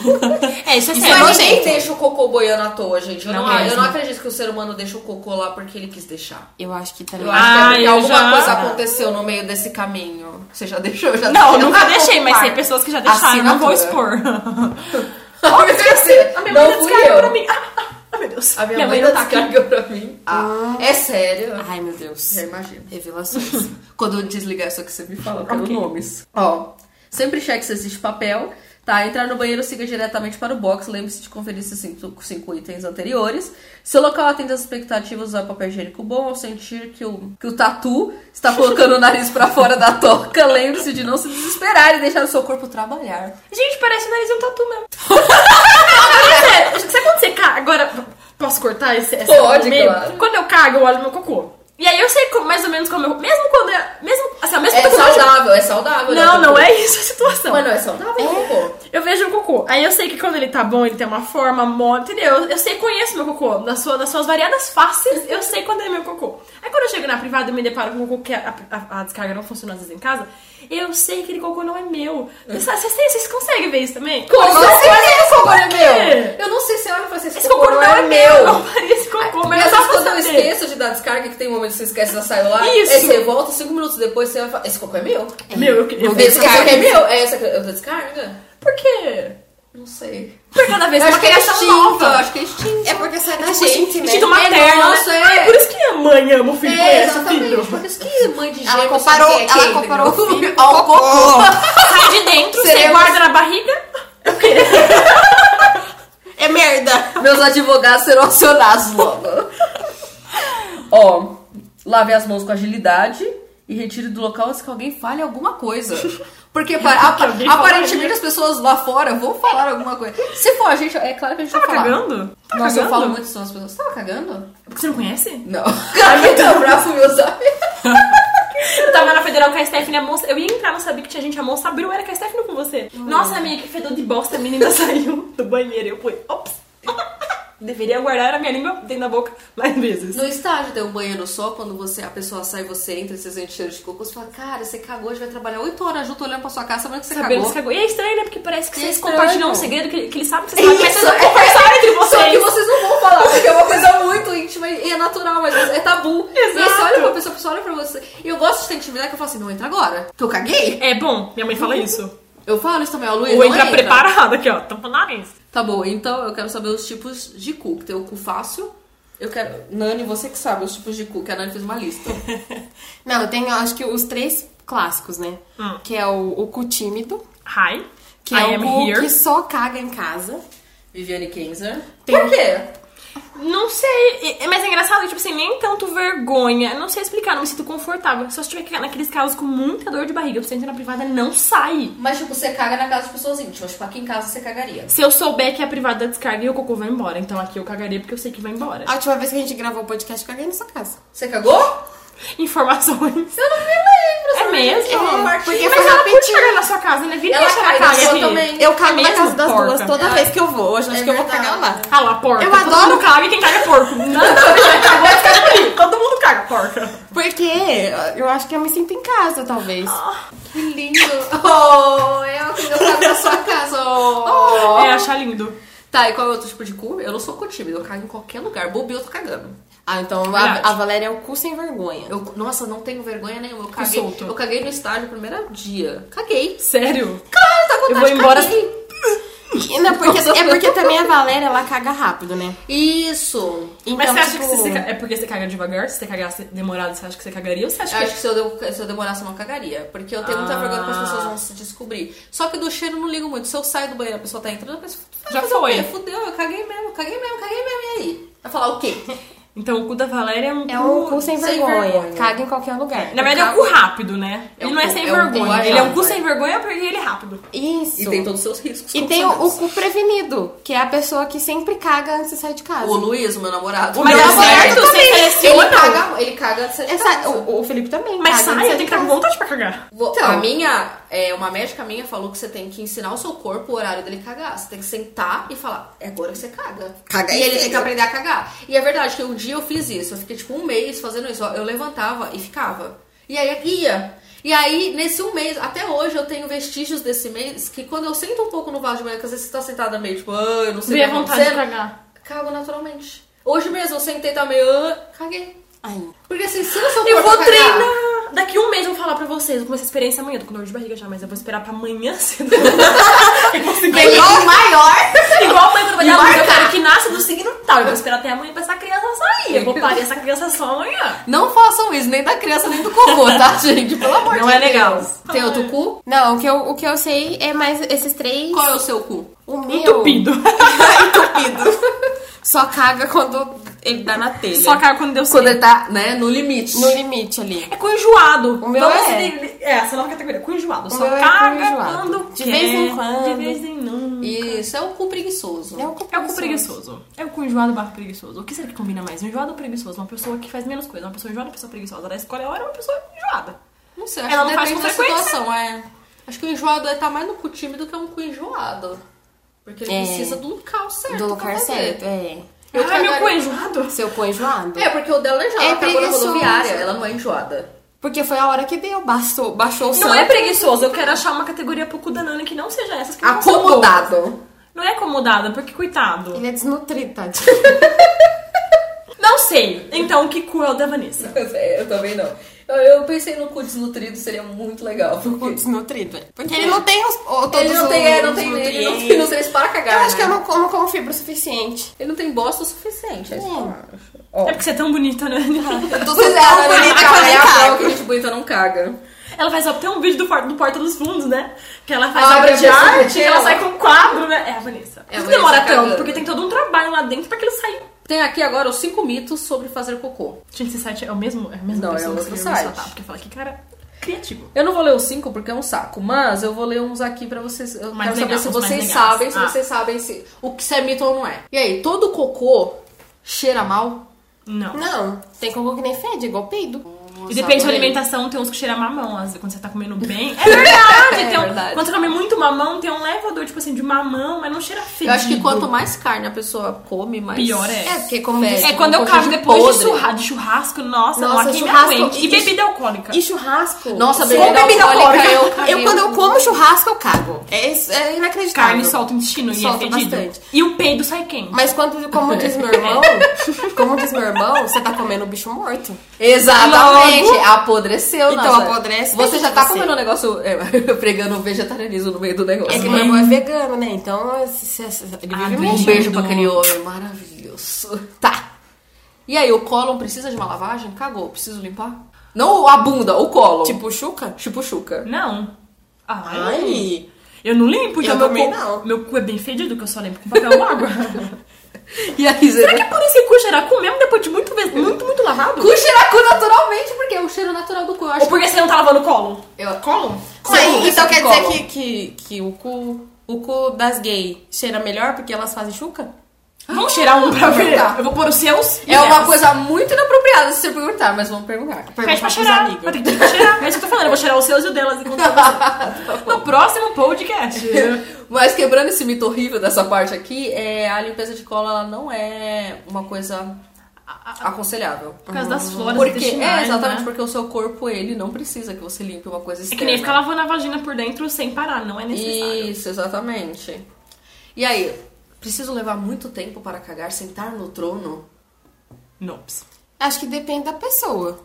Speaker 2: É, isso é
Speaker 3: Isso
Speaker 2: sério.
Speaker 3: é
Speaker 1: Mas ninguém
Speaker 3: nojento.
Speaker 1: deixa o cocô boiando à toa, gente. Eu
Speaker 2: Não
Speaker 1: não, ah, eu
Speaker 2: mesmo.
Speaker 1: não acredito que o ser humano deixa o cocô lá porque ele quis deixar.
Speaker 3: Eu acho que tá também.
Speaker 1: Eu acho que é
Speaker 2: Ah,
Speaker 1: porque
Speaker 2: eu
Speaker 1: alguma
Speaker 2: já-
Speaker 1: coisa aconteceu no meio desse caminho. Você já deixou? Eu Já
Speaker 2: Não, eu
Speaker 1: eu
Speaker 2: nunca deixei, mas tem
Speaker 1: [LAUGHS]
Speaker 2: pessoas que já deixaram, não vou expor.
Speaker 1: Assinatura. não fui
Speaker 2: A minha mãe descarregou pra
Speaker 1: eu.
Speaker 2: mim. Ah, ah, meu Deus.
Speaker 1: A minha mãe
Speaker 2: não tá aqui.
Speaker 1: descarregou pra mim. Ah, é sério?
Speaker 3: Ai, meu Deus.
Speaker 1: Já imagino. [LAUGHS]
Speaker 3: Revelações.
Speaker 1: Quando eu desligar isso aqui, você me fala pelo
Speaker 2: Ok.
Speaker 1: nomes. Ó, sempre cheque se existe papel, tá? Entrar no banheiro, siga diretamente para o box. Lembre-se de conferir esses cinco, cinco itens anteriores. Se o local atende às expectativas, usar papel higiênico bom. Ao sentir que o, que o tatu está colocando o nariz para fora da toca, lembre-se de não se desesperar e deixar o seu corpo trabalhar.
Speaker 2: Gente, parece o nariz de um
Speaker 1: [LAUGHS]
Speaker 2: tatu mesmo. é, Sério, sabe quando você caga? Agora, posso cortar esse, essa
Speaker 1: Pode,
Speaker 2: parte do meio?
Speaker 1: claro.
Speaker 2: Quando eu cago, eu olho meu cocô. E aí eu sei como- mais ou menos como eu... Mesmo quando é... Mesmo, assim, ao mesmo
Speaker 1: É
Speaker 2: tempo que eu vejo-
Speaker 1: saudável, é saudável. né,
Speaker 2: Não,
Speaker 1: cocô?
Speaker 2: não é isso a situação.
Speaker 1: Mas não é saudável, cocô.
Speaker 2: Eu vejo o cocô. Aí eu sei que quando ele tá bom, ele tem uma forma mole, entendeu? Eu, eu sei, conheço meu cocô. Das suas, das suas variadas faces, eu sei quando é meu cocô. Aí quando eu chego na privada e me deparo com o cocô que a, a- a descarga não funciona às vezes em casa, eu sei que aquele cocô não é meu. Vocês, vocês, têm- vocês conseguem ver isso também?
Speaker 1: Como
Speaker 2: Mas
Speaker 1: assim esse cocô não é
Speaker 2: quê?
Speaker 1: meu? Eu não sei se eu olho e falo assim,
Speaker 2: Esse cocô não é meu. Não parece cocô, mas
Speaker 1: Mas
Speaker 2: é
Speaker 1: às
Speaker 2: só
Speaker 1: vezes
Speaker 2: pra
Speaker 1: quando eu
Speaker 2: saber.
Speaker 1: esqueço de dar descarga, que tem um momento que você esquece da saio lá,
Speaker 2: Isso.
Speaker 1: aí você volta, cinco minutos depois você vai falar, esse cocô é meu?
Speaker 2: Meu, eu, eu,
Speaker 1: Esse
Speaker 3: Descarga.
Speaker 1: cocô é meu? É essa que eu dou descarga?
Speaker 2: Por quê?
Speaker 1: Não sei.
Speaker 2: Por cada vez
Speaker 1: Eu
Speaker 2: é
Speaker 1: acho
Speaker 2: uma
Speaker 1: que é
Speaker 2: criação
Speaker 1: instinto, eu
Speaker 2: nova.
Speaker 1: acho que é instinto.
Speaker 3: é porque sai da gente,
Speaker 1: [LAUGHS]
Speaker 3: né?
Speaker 2: Instinto
Speaker 1: É
Speaker 2: materno.
Speaker 1: nosso,
Speaker 2: né?
Speaker 1: é.
Speaker 2: Ai, por isso que a mãe ama o filho,
Speaker 1: É,
Speaker 2: conhece o filho.
Speaker 1: exatamente. Por isso que mãe de
Speaker 3: Ela
Speaker 1: gêmeo
Speaker 3: comparou,
Speaker 1: sabe quem é quem,
Speaker 3: ela comparou o
Speaker 1: entendeu?
Speaker 3: filho ao cocô.
Speaker 2: Sai de dentro, você
Speaker 3: Seremos-
Speaker 2: guarda na barriga. Tá
Speaker 3: É merda.
Speaker 1: Meus advogados serão acionados logo. Ó, lave as mãos com agilidade e retire do local antes que alguém fale alguma coisa. Porque [LAUGHS] pa- apa-
Speaker 2: alguém falaria.
Speaker 1: aparentemente as pessoas lá fora vão falar alguma coisa. Se for a gente, é claro que a gente
Speaker 2: Tava
Speaker 1: vai falar.
Speaker 2: cagando? Tava
Speaker 1: Nossa,
Speaker 2: cagando?
Speaker 1: eu falo muito isso nas pessoas. Você tava cagando?
Speaker 2: Porque você não conhece?
Speaker 1: [LAUGHS] Não. Então, abraço, meus amigos.
Speaker 2: Eu tava na federal com a Stephanie, a moça. Eu ia entrar, não sabia que tinha gente, a moça abriu, era com a Stephanie ou com você. Nossa, amiga, que fedor de bosta, a menina [LAUGHS] saiu do banheiro. Eu fui, ops. Deveria guardar a minha língua dentro da boca mais vezes.
Speaker 1: No estágio tem um banheiro só, quando você, a pessoa sai, você entra, você sente cheiro de cocô, você fala, cara, você cagou, a gente vai trabalhar 8 horas junto olhando pra sua casa, sabendo que você
Speaker 2: Sabendo que
Speaker 1: cagou.
Speaker 2: você cagou. E é estranho, né? Porque parece que
Speaker 1: É
Speaker 2: vocês
Speaker 1: estranho.
Speaker 2: compartilham um segredo que, que eles sabem que vocês sabem, mas
Speaker 1: Isso,
Speaker 2: vocês não conversaram entre
Speaker 1: Só que
Speaker 2: vocês.
Speaker 1: vocês não vão [LAUGHS] falar, porque é uma coisa muito íntima e é natural, mas é tabu.
Speaker 2: Exato.
Speaker 1: E você olha pra pessoa, a pessoa olha pra você. E eu gosto de ter intimidade que eu falo assim, não entra agora, que eu caguei.
Speaker 2: É bom, minha mãe fala isso.
Speaker 1: Eu falo isso também, ó, Luiz,
Speaker 2: Ou
Speaker 1: não
Speaker 2: entra preparada aqui, ó. Tampa o nariz.
Speaker 1: Tá bom, então eu quero saber os tipos de cu, que tem o cu fácil. Eu quero... Nani, você que sabe os tipos de cu, que a Nani fez uma lista.
Speaker 3: Não, eu tenho, eu acho que os três clássicos, né?
Speaker 2: Hum.
Speaker 3: Que é o, o cu tímido,
Speaker 2: Hi,
Speaker 3: que
Speaker 2: I
Speaker 3: é
Speaker 2: am
Speaker 3: o cu
Speaker 2: here.
Speaker 3: que só caga em casa.
Speaker 1: Viviane Kenzer.
Speaker 3: Tem-
Speaker 1: Por quê?
Speaker 2: Não sei, e- e- mas é engraçado, tipo assim, nem tanto vergonha. Eu Não sei explicar, não me sinto confortável. Só se tiver que- naqueles casos com muita dor de barriga, eu preciso entrar na privada, não sai.
Speaker 1: Mas, tipo, você caga na casa de pessoas íntimas. Tipo, aqui em casa você cagaria.
Speaker 2: Se eu souber que a privada descarga e o cocô vai embora, então aqui eu cagaria porque eu sei que vai embora.
Speaker 3: A última vez que a gente gravou o podcast, eu caguei na sua casa.
Speaker 1: Você cagou?
Speaker 2: Informações.
Speaker 1: Eu não me lembro.
Speaker 2: É
Speaker 1: sabe?
Speaker 2: mesmo?
Speaker 1: É uma parte-
Speaker 3: Porque
Speaker 2: mas
Speaker 3: foi
Speaker 2: ela pode
Speaker 3: rapidinho.
Speaker 2: cagar na sua casa, né? Vira
Speaker 1: Ela
Speaker 2: e deixa ela
Speaker 1: caga na
Speaker 2: caga
Speaker 1: sua
Speaker 2: aqui.
Speaker 1: também.
Speaker 3: Eu cago
Speaker 2: É
Speaker 3: na
Speaker 2: mesmo,
Speaker 3: casa das
Speaker 2: porca?
Speaker 3: duas toda vez que eu vou. Hoje eu acho
Speaker 1: É
Speaker 3: que eu vou
Speaker 1: verdade.
Speaker 3: cagar lá.
Speaker 2: Ah lá, porca.
Speaker 3: Eu
Speaker 2: Todo
Speaker 3: adoro-
Speaker 2: mundo caga e quem caga é porco. Não, não, não, não, Todo mundo caga, porca.
Speaker 3: Porque eu acho que eu me sinto em casa, talvez.
Speaker 1: Que lindo. Oh, eu que eu cago na sua casa. Oh.
Speaker 2: É, achar lindo.
Speaker 1: Tá, e qual é o outro tipo de cu? Eu não sou cu tímido. Eu cago em qualquer lugar. Bobi, eu tô cagando.
Speaker 3: Ah, então
Speaker 2: Verdade.
Speaker 3: a, a Valéria é o cu sem vergonha.
Speaker 1: Eu, nossa, não tenho vergonha nenhuma. Eu caguei,
Speaker 2: solto.
Speaker 1: eu caguei no estádio no primeiro dia. Caguei.
Speaker 2: Sério?
Speaker 1: Claro, tá com
Speaker 2: Eu
Speaker 1: vontade,
Speaker 2: vou embora- assim.
Speaker 1: caguei.
Speaker 3: E Não, porque, é porque também a Valéria, ela caga rápido, né?
Speaker 1: Isso.
Speaker 3: Então,
Speaker 2: Mas você acha
Speaker 3: tipo,
Speaker 2: que você, ca- é porque você caga devagar? Se você cagasse demorado, você acha que você cagaria? Ou você acha
Speaker 1: Eu acho
Speaker 2: que...
Speaker 1: que se eu, deu- se eu demorasse, eu não cagaria. Porque eu tenho muita
Speaker 2: Ah.
Speaker 1: vergonha que as pessoas vão se descobrir. Só que do cheiro eu não ligo muito. Se eu saio do banheiro, a pessoa tá entrando, eu penso, "Vai
Speaker 2: Já
Speaker 1: fazer o
Speaker 2: foi."
Speaker 1: quê? Fudeu, eu caguei mesmo, caguei mesmo, caguei mesmo, e aí? Vai falar
Speaker 2: [LAUGHS]
Speaker 1: o quê?
Speaker 2: Então o cu da Valéria é um
Speaker 3: É um
Speaker 2: cu-
Speaker 3: cu sem,
Speaker 1: Sem
Speaker 3: vergonha.
Speaker 1: vergonha.
Speaker 3: Caga em qualquer lugar.
Speaker 2: Na verdade é um cu rápido, né?
Speaker 1: É
Speaker 2: ele
Speaker 1: um
Speaker 2: não é
Speaker 1: cu-
Speaker 2: sem
Speaker 1: é um cu
Speaker 2: vergonha.
Speaker 1: maior,
Speaker 2: ele é um cu
Speaker 1: vai.
Speaker 2: sem vergonha porque ele é rápido.
Speaker 3: Isso.
Speaker 1: E tem todos os seus riscos.
Speaker 3: E
Speaker 1: como
Speaker 3: tem o,
Speaker 1: sabemos.
Speaker 3: o cu prevenido, que é a pessoa que sempre caga antes de sair de casa.
Speaker 1: O Luiz, o meu namorado.
Speaker 2: O Mas meu
Speaker 1: ele
Speaker 2: é namorado certo,
Speaker 1: caga-
Speaker 2: você seleciona
Speaker 1: Ele
Speaker 2: ou não?
Speaker 1: caga, ele caga antes de sair de
Speaker 3: É,
Speaker 1: casa.
Speaker 3: sa- o, o Felipe também.
Speaker 2: Mas
Speaker 3: caga
Speaker 2: sai,
Speaker 3: antes
Speaker 2: eu
Speaker 3: de
Speaker 2: tenho que estar com
Speaker 3: sair
Speaker 2: vontade
Speaker 3: de casa.
Speaker 2: pra cagar.
Speaker 1: Vou-
Speaker 3: Então.
Speaker 1: a minha, é, uma médica minha falou que você tem que ensinar o seu corpo o horário dele cagar. Você tem que sentar e falar, é agora que você caga.
Speaker 3: Caga é
Speaker 1: e
Speaker 3: e
Speaker 1: ele
Speaker 3: fica.
Speaker 1: tem que aprender a cagar. E é verdade que um dia eu fiz isso. Eu fiquei tipo um mês fazendo isso. Ó, Eu levantava e ficava. E aí ia. E aí, nesse um mês, até hoje eu tenho vestígios desse mês que quando eu sento um pouco no vaso de manhã, que às vezes você tá sentada meio tipo, ah, eu não sei o que
Speaker 2: Vem a
Speaker 1: tá
Speaker 2: vontade de
Speaker 1: acontecendo,
Speaker 2: cagar.
Speaker 1: cago naturalmente. Hoje mesmo eu sentei tá meio, ah, caguei.
Speaker 3: Ai.
Speaker 1: Porque assim, se eu sou
Speaker 2: Eu vou treinar! Daqui um mês eu vou falar pra vocês. Eu vou começar a experiência amanhã. Eu tô com dor de barriga já, mas eu vou esperar pra amanhã cedo. Eu consegui.
Speaker 3: Melhor, é maior.
Speaker 2: Igual a mãe quando vai dar luz, eu quero que nasça do signo tal. Eu vou esperar até amanhã pra essa criança sair. Eu vou parir essa criança só amanhã.
Speaker 1: Não façam isso, nem da criança, nem do cocô, tá, gente? Pelo amor
Speaker 2: Não
Speaker 1: de
Speaker 2: é
Speaker 1: Deus.
Speaker 2: legal.
Speaker 1: Tem outro cu?
Speaker 3: Não, o que, eu, o que eu sei é mais esses três.
Speaker 1: Qual é o seu cu?
Speaker 3: O
Speaker 2: Um
Speaker 3: meu.
Speaker 2: Entupido.
Speaker 3: Só caga quando ele dá na telha.
Speaker 2: Só caga quando deu
Speaker 1: Quando ele
Speaker 2: cedo.
Speaker 1: tá, né, no limite.
Speaker 3: No limite ali.
Speaker 2: É conjoado.
Speaker 3: O meu
Speaker 2: Vamos
Speaker 3: é.
Speaker 2: de- É, essa nova categoria. Conjoado. Só
Speaker 3: meu é
Speaker 2: caga
Speaker 3: conjoado.
Speaker 2: quando
Speaker 3: De
Speaker 2: quer.
Speaker 3: vez em quando.
Speaker 2: De vez em não.
Speaker 1: Isso, é um cu preguiçoso.
Speaker 3: É o cu
Speaker 2: É o cu preguiçoso. É o conjoado barra preguiçoso. O que será que combina mais? Um enjoado ou preguiçoso? Uma pessoa que faz menos coisa. Uma pessoa enjoada, uma pessoa preguiçosa. Ela escolhe a hora uma pessoa enjoada.
Speaker 1: Não sei, acho
Speaker 2: Ela
Speaker 1: que
Speaker 2: não faz
Speaker 1: depende da
Speaker 2: com frequência.
Speaker 1: situação, é. Acho que o enjoado é tá mais no cu tímido que é um cu enjoado. Porque ele
Speaker 3: É.
Speaker 1: precisa do local certo.
Speaker 3: Do
Speaker 1: pra
Speaker 3: lugar
Speaker 1: fazer.
Speaker 3: certo, é.
Speaker 1: Eu
Speaker 2: ah, meu
Speaker 1: cagaria-
Speaker 2: cu é enjoado?
Speaker 3: Seu pão enjoado.
Speaker 1: É, porque o dela é enjoado.
Speaker 3: É
Speaker 1: ela cagou na
Speaker 3: preguiçoso.
Speaker 1: rodoviária, ela não é enjoada.
Speaker 3: Porque foi a hora que deu, baixou, baixou o
Speaker 2: Não é
Speaker 3: santo.
Speaker 2: preguiçoso. Eu quero achar uma categoria pro cu da Nana que não seja essas que não são boas.
Speaker 1: Acomodado.
Speaker 2: Não é acomodada, porque coitado.
Speaker 3: Ele é desnutrido, tadinho.
Speaker 2: Não sei. Então, que cu é o da Vanessa?
Speaker 1: É, eu também não. Eu, eu pensei no cu desnutrido, seria muito legal.
Speaker 3: Ficou
Speaker 1: Porque
Speaker 3: desnutrido. Porque ele não tem os, o- todos
Speaker 1: ele não
Speaker 3: os
Speaker 1: tem, é, não tem, ele não tem, não
Speaker 3: nutrientes.
Speaker 1: tem espaço para cagar.
Speaker 3: Eu acho que
Speaker 1: né?
Speaker 3: eu não como, como fibra o suficiente.
Speaker 1: Ele não tem bosta o suficiente, é isso que eu acho. Ó.
Speaker 2: É porque você é tão bonita, né?
Speaker 3: Ah,
Speaker 1: Tô dizendo, ela
Speaker 3: bonita, ela
Speaker 1: é a
Speaker 3: caga.
Speaker 1: prova que gente bonita não caga.
Speaker 2: Ela faz até um vídeo do porta, do porta dos Fundos, né? Que ela faz
Speaker 1: Ah,
Speaker 2: a obra de
Speaker 1: Vanessa
Speaker 2: arte
Speaker 1: Portela.
Speaker 2: e ela sai com um quadro, né? É a Vanessa.
Speaker 1: É a Vanessa
Speaker 2: Por isso demora
Speaker 1: cagando.
Speaker 2: tanto, porque tem todo um trabalho lá dentro pra que ele saia
Speaker 1: Tem aqui agora os cinco mitos sobre fazer cocô.
Speaker 2: Gente, esse site é o mesmo? É a mesma
Speaker 1: Não,
Speaker 2: pessoa
Speaker 1: é
Speaker 2: que
Speaker 1: outro
Speaker 2: escreveu isso,
Speaker 1: site.
Speaker 2: Tá, porque fala que cara criativo.
Speaker 1: Eu não vou ler os cinco porque é um saco, mas eu vou ler uns aqui pra vocês. Eu
Speaker 2: Mais
Speaker 1: quero
Speaker 2: legal,
Speaker 1: saber se
Speaker 2: os mais
Speaker 1: vocês
Speaker 2: legais.
Speaker 1: sabem, se
Speaker 2: Ah.
Speaker 1: vocês sabem se o que se é mito ou não é. E aí, todo cocô cheira mal?
Speaker 2: Não.
Speaker 3: Não, tem cocô que nem fede, igual peido.
Speaker 2: E depende da
Speaker 1: adorei.
Speaker 2: alimentação, tem uns que cheiram mamão, às vezes, quando você tá
Speaker 1: [LAUGHS]
Speaker 2: comendo bem. É verdade!
Speaker 1: É
Speaker 2: tem um-
Speaker 1: verdade.
Speaker 2: Quando você come muito mamão, tem um levador, tipo assim, de mamão, mas não cheira fedido.
Speaker 1: Eu acho que quanto mais carne a pessoa come, mais.
Speaker 2: Pior é.
Speaker 3: É, porque como
Speaker 1: Fede.
Speaker 3: diz-
Speaker 2: É quando eu
Speaker 1: Coisa
Speaker 2: cago
Speaker 1: de
Speaker 2: depois de,
Speaker 1: podre.
Speaker 2: surra- de churrasco, nossa,
Speaker 3: Nossa,
Speaker 2: não, aqui me
Speaker 3: churrasco
Speaker 2: aguente. E
Speaker 3: e-
Speaker 2: bebida alcoólica.
Speaker 3: E churrasco.
Speaker 1: Nossa,
Speaker 3: Com
Speaker 1: bebida alcoólica, eu caguei
Speaker 3: Eu, quando eu
Speaker 1: muito.
Speaker 3: como churrasco, eu cago. É, isso- é inacreditável.
Speaker 2: Carne solta o intestino
Speaker 3: Solta
Speaker 2: e é fedido.
Speaker 3: bastante.
Speaker 2: E o peido sai quente.
Speaker 3: Mas quando, como diz meu
Speaker 1: [LAUGHS]
Speaker 3: irmão, como diz meu irmão, você tá comendo um bicho morto.
Speaker 1: Exatamente! Apodreceu,
Speaker 3: Então,
Speaker 1: Nazaré.
Speaker 3: apodrece
Speaker 1: Você
Speaker 3: dentro
Speaker 1: já
Speaker 3: de
Speaker 1: tá
Speaker 3: você.
Speaker 1: comendo um negócio. é, [LAUGHS] pregando vegetarianismo no meio do negócio.
Speaker 3: É que
Speaker 1: né?
Speaker 3: meu irmão é vegano, né? Então, esse- esse- esse- ele
Speaker 2: Ah,
Speaker 3: vive
Speaker 1: Um
Speaker 3: mesmo.
Speaker 1: beijo pra
Speaker 2: Lindo.
Speaker 1: aquele homem maravilhoso. Tá. E aí, o cólon precisa de uma lavagem? Cagou, preciso limpar? Não a bunda, o cólon.
Speaker 3: Tipo chuca?
Speaker 1: tipo chuca.
Speaker 2: Não. Ai.
Speaker 3: Ai,
Speaker 2: Eu não limpo, então
Speaker 3: Eu
Speaker 2: meu
Speaker 3: também
Speaker 2: cu,
Speaker 3: não.
Speaker 2: meu cu é bem fedido, que eu só limpo com papel ou água.
Speaker 1: E aí, Zé?
Speaker 2: Será que é por isso que cu cheira cu mesmo depois de muito, ve- muito, muito lavado?
Speaker 1: Cu cheira cu naturalmente, porque é o cheiro natural do cu. Eu acho
Speaker 2: Ou porque você não tá lavando o colo?
Speaker 1: Eu-
Speaker 2: Colo?
Speaker 3: Mas, então quer dizer
Speaker 1: colo.
Speaker 3: que, que, que o, cu, o cu das gays cheira melhor porque elas fazem chuca?
Speaker 2: Vamos cheirar um pra ver.
Speaker 1: Tá.
Speaker 2: Eu vou pôr os seus. e
Speaker 1: É uma
Speaker 2: delas.
Speaker 1: coisa muito inapropriada se você perguntar, mas vamos perguntar. [LAUGHS]
Speaker 2: Pede pra
Speaker 3: pros
Speaker 2: cheirar.
Speaker 3: amigos.
Speaker 2: Mas tem que cheirar. É isso que eu tô falando. Eu vou cheirar os seus e o delas e contar pra você. No próximo
Speaker 3: [LAUGHS]
Speaker 2: podcast.
Speaker 3: É.
Speaker 1: Mas quebrando esse mito horrível dessa parte aqui, é, a limpeza de colo ela não é uma coisa aconselhável.
Speaker 2: Por causa das flores
Speaker 1: Porque,
Speaker 2: intestinais,
Speaker 1: é, exatamente,
Speaker 2: né?
Speaker 1: porque o seu corpo, ele não precisa que você limpe uma coisa
Speaker 2: É
Speaker 1: externa.
Speaker 2: que nem ficar lavando a vagina por dentro sem parar. Não é necessário.
Speaker 1: Isso, exatamente. E aí, preciso levar muito tempo para cagar, sentar no trono?
Speaker 2: Nops.
Speaker 3: Acho que depende da pessoa.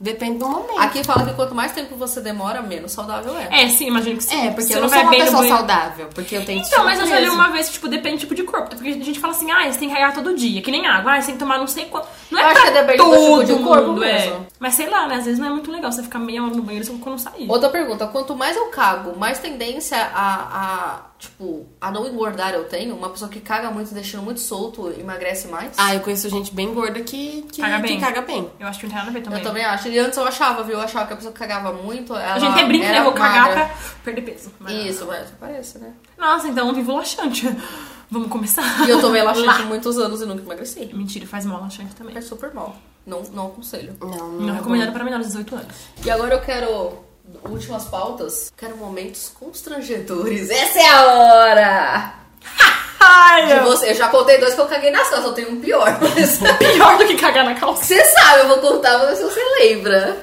Speaker 3: Depende do momento.
Speaker 1: Aqui fala que quanto mais tempo você demora, menos saudável é.
Speaker 2: É, sim, imagino que sim.
Speaker 3: É, porque
Speaker 2: Você
Speaker 3: eu não
Speaker 2: vai
Speaker 3: sou uma
Speaker 2: bem no
Speaker 3: pessoa
Speaker 2: banheiro.
Speaker 3: saudável. Porque eu tenho
Speaker 2: Então, mas eu já li
Speaker 3: preso.
Speaker 2: uma vez que, tipo, depende do tipo de corpo. Porque a gente fala assim, ah, você tem que cagar todo dia, que nem água, ah, você tem que tomar não sei quanto. Não é
Speaker 1: Eu acho
Speaker 2: pra
Speaker 1: que depende do
Speaker 2: todo
Speaker 1: tipo de corpo
Speaker 2: mundo,
Speaker 1: mesmo.
Speaker 2: é. Mas sei lá, né? Às vezes não é muito legal você ficar meia hora no banheiro só quando sair.
Speaker 1: Outra pergunta, quanto mais eu cago, mais tendência a, a, tipo, a não engordar eu tenho? Uma pessoa que caga muito, intestino muito solto, emagrece mais?
Speaker 3: Ah, eu conheço gente bem gorda que, que,
Speaker 2: Caga
Speaker 3: que
Speaker 2: bem.
Speaker 3: caga bem.
Speaker 2: Eu acho que não tem nada a ver também.
Speaker 1: Eu também acho. E antes eu achava, viu? Eu achava que a pessoa que cagava muito, ela
Speaker 2: A gente até brinca, né?
Speaker 1: era
Speaker 2: Eu Vou cagar
Speaker 1: magra.
Speaker 2: pra perder peso. Mas-
Speaker 1: Isso, mas parece, né?
Speaker 2: Nossa, então eu vivo laxante. [LAUGHS] Vamos começar.
Speaker 1: E eu tomei
Speaker 2: [LAUGHS]
Speaker 1: laxante muitos anos e nunca emagreci.
Speaker 2: Mentira, faz mal laxante também.
Speaker 1: É super mal. Não, não aconselho.
Speaker 3: Não,
Speaker 2: Não
Speaker 3: é
Speaker 2: recomendado para menores de 18 anos. [LAUGHS]
Speaker 1: E agora eu quero últimas pautas. Quero momentos constrangedores. Essa é a hora!
Speaker 2: Ai,
Speaker 1: De você, eu já contei dois que eu caguei nas calças, eu tenho um pior. Mas [LAUGHS]
Speaker 2: Pior do que cagar na calça.
Speaker 1: você sabe, eu vou contar pra ver se você lembra.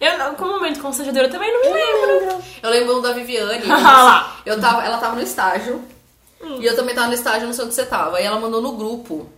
Speaker 2: Eu, não- como momento constrangedor, eu também não me lembro.
Speaker 1: Eu lembro um da Viviane.
Speaker 2: Ah lá.
Speaker 1: Eu tava, ela tava no estágio. E eu também tava no estágio, não sei onde você tava. E ela mandou no grupo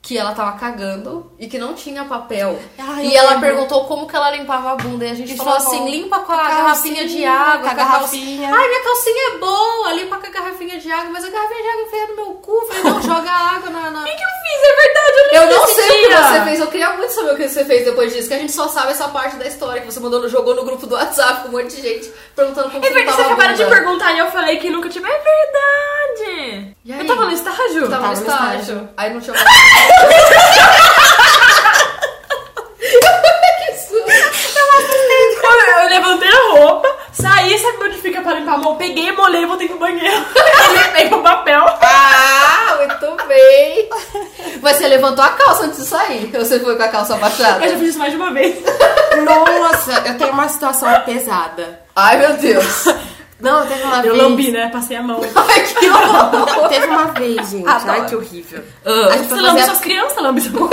Speaker 1: que ela tava cagando e que não tinha papel.
Speaker 3: Ah, eu
Speaker 1: e ela
Speaker 3: lembro.
Speaker 1: perguntou como que ela limpava a bunda. E a gente
Speaker 3: E
Speaker 1: falou
Speaker 3: falou,
Speaker 1: assim: limpa com a,
Speaker 3: "Com a
Speaker 1: garrafinha de
Speaker 3: garrafinha,
Speaker 1: água,
Speaker 3: com a
Speaker 1: calça-
Speaker 3: garrafinha."
Speaker 1: Ai, minha calcinha é boa, limpa com a garrafinha de água, mas a garrafinha de água veio no meu cu. Falei, não, joga a água na. na-
Speaker 2: O que, que eu fiz? É verdade, eu
Speaker 1: Eu
Speaker 2: não
Speaker 1: não
Speaker 2: desse
Speaker 1: sei o que
Speaker 2: dia.
Speaker 1: você fez, eu queria muito saber o que você fez depois disso, que a gente só sabe essa parte da história que você mandou, no- jogou no grupo do WhatsApp com um monte de gente perguntando como
Speaker 2: É verdade,
Speaker 1: limpava
Speaker 2: vocês
Speaker 1: a
Speaker 2: acabaram de
Speaker 1: bunda.
Speaker 2: perguntar e eu falei que nunca tive. É verdade!
Speaker 1: E aí?
Speaker 2: Eu tava no estágio.
Speaker 1: Eu tava, no
Speaker 3: Tava no
Speaker 1: estágio.
Speaker 3: estágio.
Speaker 1: Aí
Speaker 2: [LAUGHS]
Speaker 1: não tinha mais. Que susto.
Speaker 2: Eu, eu levantei a roupa, saí, sabe onde fica pra limpar a mão? Peguei, molhei e voltei pro banheiro. limpei com papel.
Speaker 1: ah, muito bem. Mas você levantou a calça antes de sair. Ou você foi com a calça
Speaker 2: Eu já
Speaker 1: abaixada?
Speaker 2: fiz isso mais de uma vez.
Speaker 3: Nossa, eu tenho uma situação pesada.
Speaker 1: Ai, meu Deus.
Speaker 2: [LAUGHS]
Speaker 3: Não, teve uma
Speaker 2: Eu
Speaker 3: vez.
Speaker 2: lambi, né? Passei a mão.
Speaker 1: Ai, que horror.
Speaker 3: Teve uma vez, gente.
Speaker 1: Adoro.
Speaker 3: Ai, que horrível.
Speaker 1: Ah,
Speaker 3: A gente
Speaker 2: Você
Speaker 3: foi
Speaker 2: lambe
Speaker 3: fazer,
Speaker 2: suas crianças, lambe seu cu.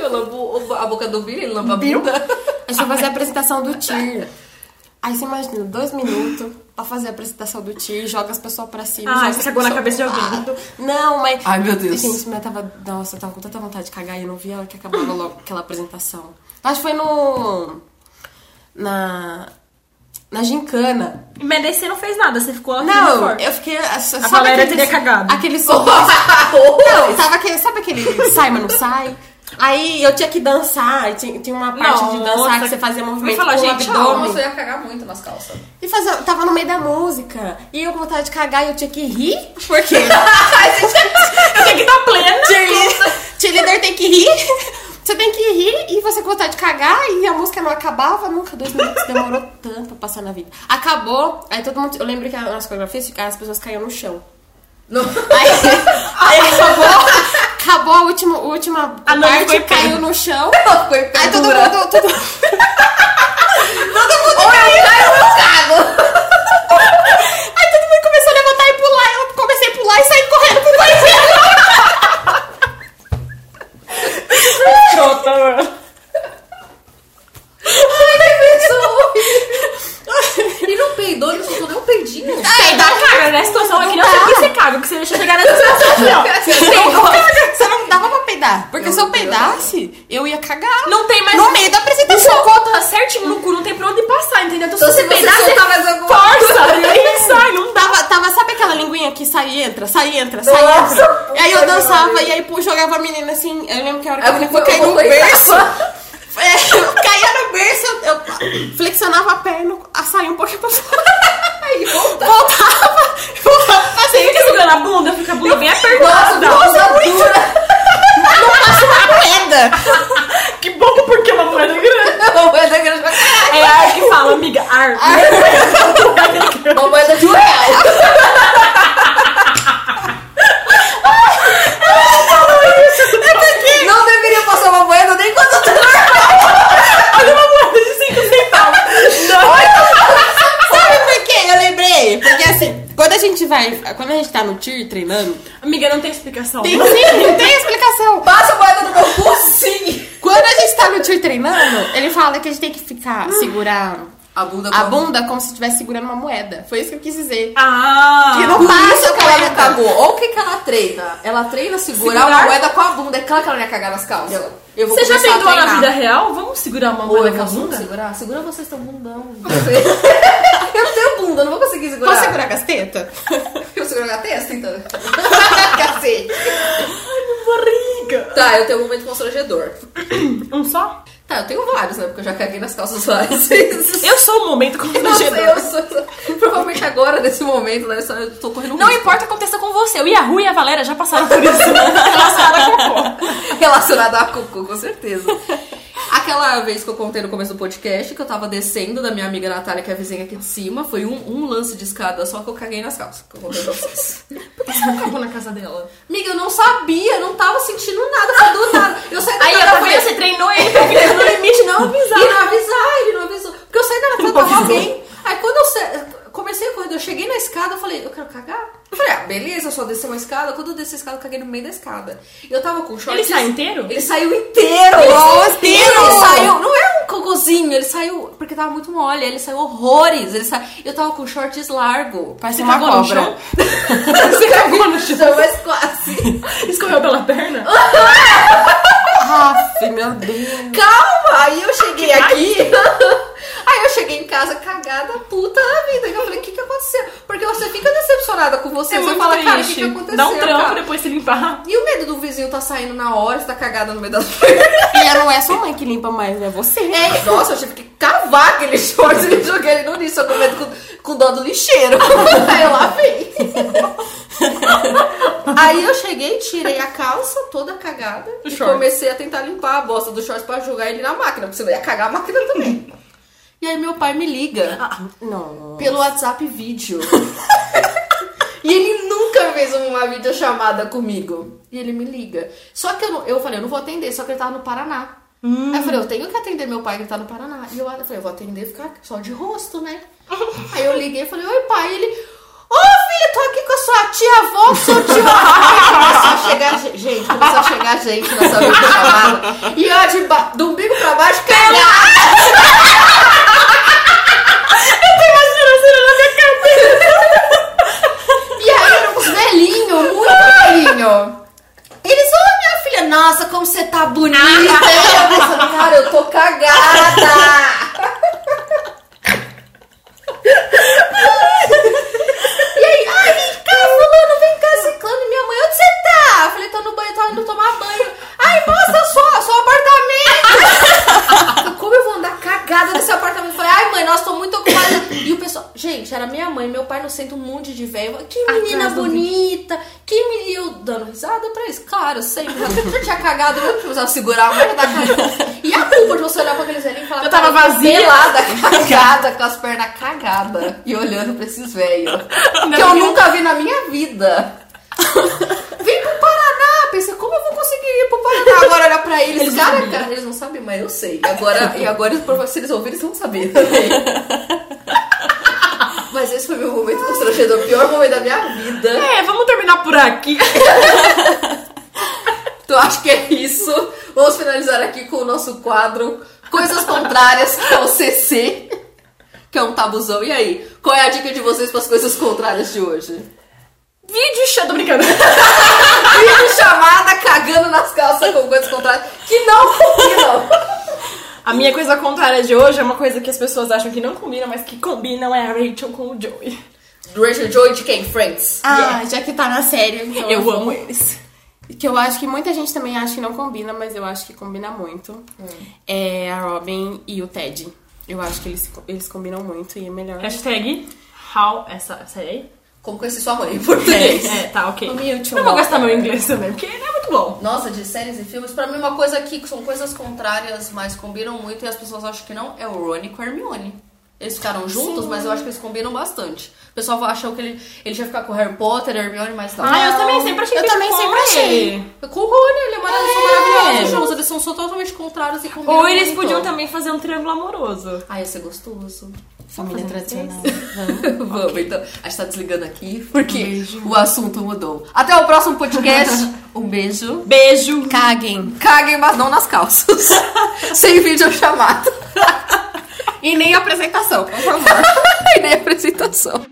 Speaker 1: Eu lambo o- a boca do Billy, ele lamba a bunda.
Speaker 3: a, gente foi fazer a apresentação do TIR. Aí você imagina, dois minutos pra fazer a apresentação do TIR, joga as pessoas pra cima.
Speaker 2: Ah,
Speaker 3: joga
Speaker 2: você
Speaker 3: as
Speaker 2: cagou na
Speaker 3: pessoas
Speaker 2: cabeça de alguém.
Speaker 3: pro lado. Não, mas.
Speaker 1: Ai, meu Deus.
Speaker 3: Gente, mas eu tava. Nossa, eu tava com tanta vontade de cagar e eu não vi a hora que acabava logo aquela apresentação. Acho que foi no. Na. Na gincana.
Speaker 2: Mas daí você não fez nada, você ficou lá firme e
Speaker 3: Não,
Speaker 2: forte.
Speaker 3: eu fiquei. A sabe
Speaker 2: Valéria
Speaker 3: aquele-
Speaker 2: teria cagado.
Speaker 3: Aquele
Speaker 2: [LAUGHS]
Speaker 3: som. não, tava aquele, sabe aquele sai, mas não sai? Aí eu tinha que dançar, tinha, tinha uma parte de dançar
Speaker 2: Nossa.
Speaker 3: que você fazia movimento
Speaker 2: Vou falar,
Speaker 3: com o
Speaker 2: gente,
Speaker 3: abdômen.
Speaker 1: Nossa, eu ia cagar muito nas calças.
Speaker 3: E fazia, tava no meio da música. E eu com vontade de cagar e eu tinha que rir, porque
Speaker 2: Eu tinha que dar plena.
Speaker 3: [LAUGHS] tinha, tinha cagar e a música não acabava nunca. Dois minutos demorou tanto pra passar na vida. Acabou, aí todo mundo. Eu lembro que nas coreografias as pessoas caíam no chão.
Speaker 1: [LAUGHS] Não.
Speaker 3: Aí, aí
Speaker 2: [LAUGHS]
Speaker 3: acabou, acabou a última, última
Speaker 2: A Nani
Speaker 3: parte,
Speaker 2: foi
Speaker 3: caiu
Speaker 2: pega.
Speaker 3: no chão.
Speaker 1: Ela ficou em
Speaker 3: Aí todo
Speaker 1: pendura.
Speaker 3: mundo. Todo, [LAUGHS]
Speaker 1: Ou eu caio ou eu cago.
Speaker 3: [LAUGHS] aí todo mundo começou a levantar e pular. Eu comecei a pular e saí correndo pro banheiro.
Speaker 2: Chota, mano.
Speaker 5: E não peidou, não soltou nem um peidinho.
Speaker 2: Ai, dá caga nessa né? situação aqui. Não sei por que você caga, porque você deixou chegar nessa situação aqui, ó.
Speaker 3: Só não dava pra peidar. Porque se eu peidasse, eu ia [LAUGHS] cagar. é um
Speaker 2: Não tem mais.
Speaker 3: No meio da apresentação.
Speaker 2: O cocô tá certinho no cu, não tem pra onde passar, entendeu? Então,
Speaker 1: Então
Speaker 2: se
Speaker 1: se
Speaker 2: você
Speaker 1: você
Speaker 2: peidar, você
Speaker 1: soltar mais alguma [LAUGHS]
Speaker 2: força. E aí sai, não dá.
Speaker 3: Tava, tava, sabe aquela linguinha que sai e entra, sai e entra, sai e
Speaker 1: Nossa,
Speaker 3: entra? E aí
Speaker 1: puta
Speaker 3: eu
Speaker 1: que
Speaker 3: dançava
Speaker 1: pariu.
Speaker 3: e aí pô, jogava a menina assim. Eu lembro que a hora que
Speaker 1: Aí
Speaker 3: eu
Speaker 1: eu
Speaker 3: menina
Speaker 1: vou-
Speaker 3: foi cair
Speaker 1: eu
Speaker 3: no
Speaker 1: vou coisar.
Speaker 3: berço. [LAUGHS] É, eu caía no berço, eu- eu flexionava a perna, a saía um pouquinho pra fora. [LAUGHS]
Speaker 1: Aí volta.
Speaker 3: Voltava, voltava pra
Speaker 2: Você
Speaker 3: dentro.
Speaker 2: fica segurando a bunda, fica a bunda bem
Speaker 1: Nossa,
Speaker 2: apertada.
Speaker 1: nossa, dura.
Speaker 3: Não passa uma pedra.
Speaker 2: Que bom porque é uma moeda grande.
Speaker 1: A moeda grande pra caralho.
Speaker 2: É ar que fala, amiga, ar.
Speaker 1: Uma moeda de um real. Não deveria passar uma moeda nem quando eu tô
Speaker 2: Olha uma moeda de 5 centavos.
Speaker 3: Sabe por quê? Eu lembrei. Porque assim, quando a gente vai, quando a gente tá no tir treinando,
Speaker 2: Amiga, não tem explicação.
Speaker 3: tem sim, tem explicação.
Speaker 1: Passa a moeda no meu cu, sim.
Speaker 3: Quando a gente tá no tir treinando, ele fala que a gente tem que ficar, segurar
Speaker 1: A bunda
Speaker 3: a bunda como se estivesse segurando uma moeda. Foi isso que eu quis dizer.
Speaker 2: Ah.
Speaker 3: Que
Speaker 1: Por
Speaker 3: não passa
Speaker 1: isso que ela
Speaker 3: moeda.
Speaker 1: não cagou. Ou o que, que ela treina? Ela treina segurar,
Speaker 2: Segurar?
Speaker 1: uma moeda com a bunda. É claro que ela não ia cagar nas calças. Eu vou
Speaker 2: Você já
Speaker 1: começar a
Speaker 2: tentou na
Speaker 1: treinar.
Speaker 2: vida real? Vamos segurar uma
Speaker 1: Ou eu
Speaker 2: moeda com a
Speaker 1: consigo
Speaker 2: bunda?
Speaker 1: segurar? Segura vocês teu bundão. eu não tenho bunda, eu não vou conseguir segurar.
Speaker 3: Posso segurar a gasteta?
Speaker 1: [LAUGHS] Eu seguro na testa, então. Cacete.
Speaker 2: Barriga.
Speaker 1: Tá, eu tenho um momento constrangedor.
Speaker 2: Um só?
Speaker 1: Tá, eu tenho vários, né? Porque eu já caguei nas calças [LAUGHS] várias vezes.
Speaker 2: Eu sou o momento
Speaker 1: Nossa,
Speaker 2: constrangedor.
Speaker 1: eu sou... Provavelmente agora, nesse momento, né? só Eu tô correndo
Speaker 2: Não
Speaker 1: risco.
Speaker 2: importa o que aconteça com você. O Yahoo e a Valéria já passaram por isso. Relacionada a
Speaker 1: [LAUGHS]
Speaker 2: cocô.
Speaker 1: Relacionado a cocô, com certeza. Aquela vez que eu contei no começo do podcast, que eu tava descendo da minha amiga Natália, que é a vizinha aqui de cima, foi um, um lance de escada só que eu caguei nas calças, que eu contei pra vocês.
Speaker 2: Cocô na casa dela.
Speaker 1: Amiga, eu não sabia, eu não tava sentindo nada, foi do nada. Eu saí da
Speaker 2: Aí
Speaker 1: casa
Speaker 2: ela
Speaker 1: da
Speaker 2: foi,
Speaker 1: minha-
Speaker 2: você treinou ele pra criança no um limite não avisar.
Speaker 1: E não avisar, ele não avisou. Porque eu saí da frente, tava alguém. Aí quando eu sa- comecei a correr, eu cheguei na escada, eu falei, eu quero cagar. Eu falei, ah, beleza, eu só desci uma escada. Quando eu desci a escada, eu caguei no meio da escada. E eu tava com shorts.
Speaker 2: Ele saiu inteiro?
Speaker 1: Ele saiu inteiro!
Speaker 3: saiu inteiro!
Speaker 1: Ele saiu, não é um cocôzinho, ele saiu, porque tava muito mole, ele saiu horrores. Ele sa... Eu tava com shorts largo.
Speaker 3: Parece
Speaker 2: Você
Speaker 3: uma
Speaker 2: cagou no
Speaker 3: cobra.
Speaker 2: chão?
Speaker 1: Você cagou no chão, mas quase.
Speaker 2: Escorreu pela perna?
Speaker 3: Aff, meu Deus.
Speaker 1: Calma! Aí eu cheguei aqui. [LAUGHS] Aí eu cheguei em casa cagada, puta da vida. E eu falei, o que, que aconteceu? Porque você fica decepcionada com você. você fala, cara, o que, que aconteceu?
Speaker 2: É Dá um trampo
Speaker 1: cara?
Speaker 2: depois se limpar.
Speaker 1: E o medo do vizinho tá saindo na hora, você tá cagada no meio da [LAUGHS] noite.
Speaker 3: E ela não é sua mãe que limpa mais, é você.
Speaker 1: É, nossa, eu tive que cavar aquele shorts e joguei ele no lixo. Eu com medo com, com dó do lixeiro. [LAUGHS] Aí eu lavei. [LAUGHS] Aí eu cheguei, tirei a calça toda cagada
Speaker 2: O
Speaker 1: e
Speaker 2: short.
Speaker 1: comecei a tentar limpar a bosta do shorts pra jogar ele na máquina, porque senão ia cagar a máquina também. [LAUGHS] E aí meu pai me liga
Speaker 3: Não.
Speaker 1: pelo WhatsApp vídeo. [LAUGHS] e ele nunca fez uma videochamada comigo. E ele me liga. Só que eu, não- eu falei, eu não vou atender, só que ele tava no Paraná. Aí eu falei, eu tenho que atender meu pai que ele tá no Paraná. E eu falei, eu vou atender e ficar só de rosto, né? Aí eu liguei e falei, oi pai, ele. Ô filho, tô aqui com a sua tia avó, seu tio avô. Começou a chegar ge- gente, começou a chegar gente nessa videochamada. E eu de ba- do umbigo pra baixo, cagada. E aí eram uns velhinhos, muito velhinho. Eles, ô minha filha, nossa, como você tá bonita. E eu pensando, cara, eu tô cagada. E aí, ai, vem cá, fulano, vem cá, ciclano. E minha mãe, onde você tá? Eu falei, tô no banho, tô indo tomar banho. Ai, mostra só, seu apartamento. [LAUGHS] Como eu vou andar cagada nesse apartamento? Eu falei, ai, mãe, nossa, tô muito ocupada. E o pessoal, gente, era minha mãe, mãe, meu pai no centro, um monte de velho. Que
Speaker 2: Atrás
Speaker 1: menina
Speaker 2: do
Speaker 1: bonita, que menina. E eu dando risada pra isso. Claro, eu sempre. Eu tinha cagado, eu não precisava segurar a mão da cagada. E a culpa de você olhar pra aqueles velhinhos e falar.
Speaker 2: Eu tava
Speaker 1: "Cara,
Speaker 2: vazia."
Speaker 1: Pelada, [LAUGHS] cagada, com as pernas cagadas. E olhando pra esses velhos. Que eu nunca vi na minha vida. Vem pro Paraná. Pensei, como eu vou conseguir ir pro Paraná? Agora olhar pra eles.
Speaker 2: Eles
Speaker 1: cara,
Speaker 2: não
Speaker 1: cara, eles não sabem, mas eu sei. Agora, e agora, se eles ouvirem, eles vão [LAUGHS] saber também. Mas esse foi meu momento constrangedor, o pior momento da minha vida.
Speaker 2: É, vamos terminar por aqui. [LAUGHS]
Speaker 1: Então acho que é isso. Vamos finalizar aqui com o nosso quadro Coisas Contrárias, que é o CC, que é um tabuzão. E aí, qual é a dica de vocês para as coisas contrárias de hoje?
Speaker 2: Vídeo chato, tô brincando. [LAUGHS]
Speaker 1: Vídeo chamada cagando nas calças com coisas contrárias que não combinam.
Speaker 2: A minha coisa contrária de hoje é uma coisa que as pessoas acham que não combina, mas que combinam é a Rachel com o Joey.
Speaker 1: Rachel Joy de quem? Friends.
Speaker 3: Ah, já que tá na série. Então
Speaker 2: Eu amo eles.
Speaker 3: Que eu acho que muita gente também acha que não combina, mas eu acho que combina muito. É a Robin e o Ted. Eu acho que eles, eles combinam muito e é melhor.
Speaker 2: Hashtag How essa série.
Speaker 1: Como conheci sua mãe em português.
Speaker 2: É, tá, ok.
Speaker 3: O Mewtwo.
Speaker 2: Eu vou gastar meu inglês também, porque ele é muito bom.
Speaker 1: Nossa, de séries e filmes, pra mim uma coisa aqui que são coisas contrárias, mas combinam muito e as pessoas acham que não, é o Rony com a Hermione. Eles ficaram juntos, mas eu acho que eles combinam bastante. O pessoal achou que ele, ele ia ficar com o Harry Potter, a Hermione, mas não.
Speaker 2: Ah, eu também sempre achei
Speaker 3: eu
Speaker 2: que
Speaker 3: também
Speaker 2: ele
Speaker 3: sempre achei.
Speaker 2: ele.
Speaker 1: Com o Rony, ele é maravilhoso, eles são maravilhosos
Speaker 2: É.
Speaker 1: juntos, eles são só totalmente contrários e combinam
Speaker 2: Ou eles
Speaker 1: muito.
Speaker 2: podiam também fazer um triângulo amoroso.
Speaker 1: Ah, ia ser gostoso.
Speaker 3: Família tradicional.
Speaker 1: [LAUGHS] Vamos, então. A gente tá desligando aqui
Speaker 2: Um
Speaker 1: porque o assunto mudou. Até o próximo
Speaker 2: [LAUGHS]
Speaker 1: podcast. um beijo.
Speaker 2: Beijo.
Speaker 3: Caguem.
Speaker 1: Caguem, mas não nas
Speaker 3: [LAUGHS]
Speaker 1: calças. Sem vídeo chamado. [LAUGHS]
Speaker 3: E nem apresentação.
Speaker 1: E nem apresentação.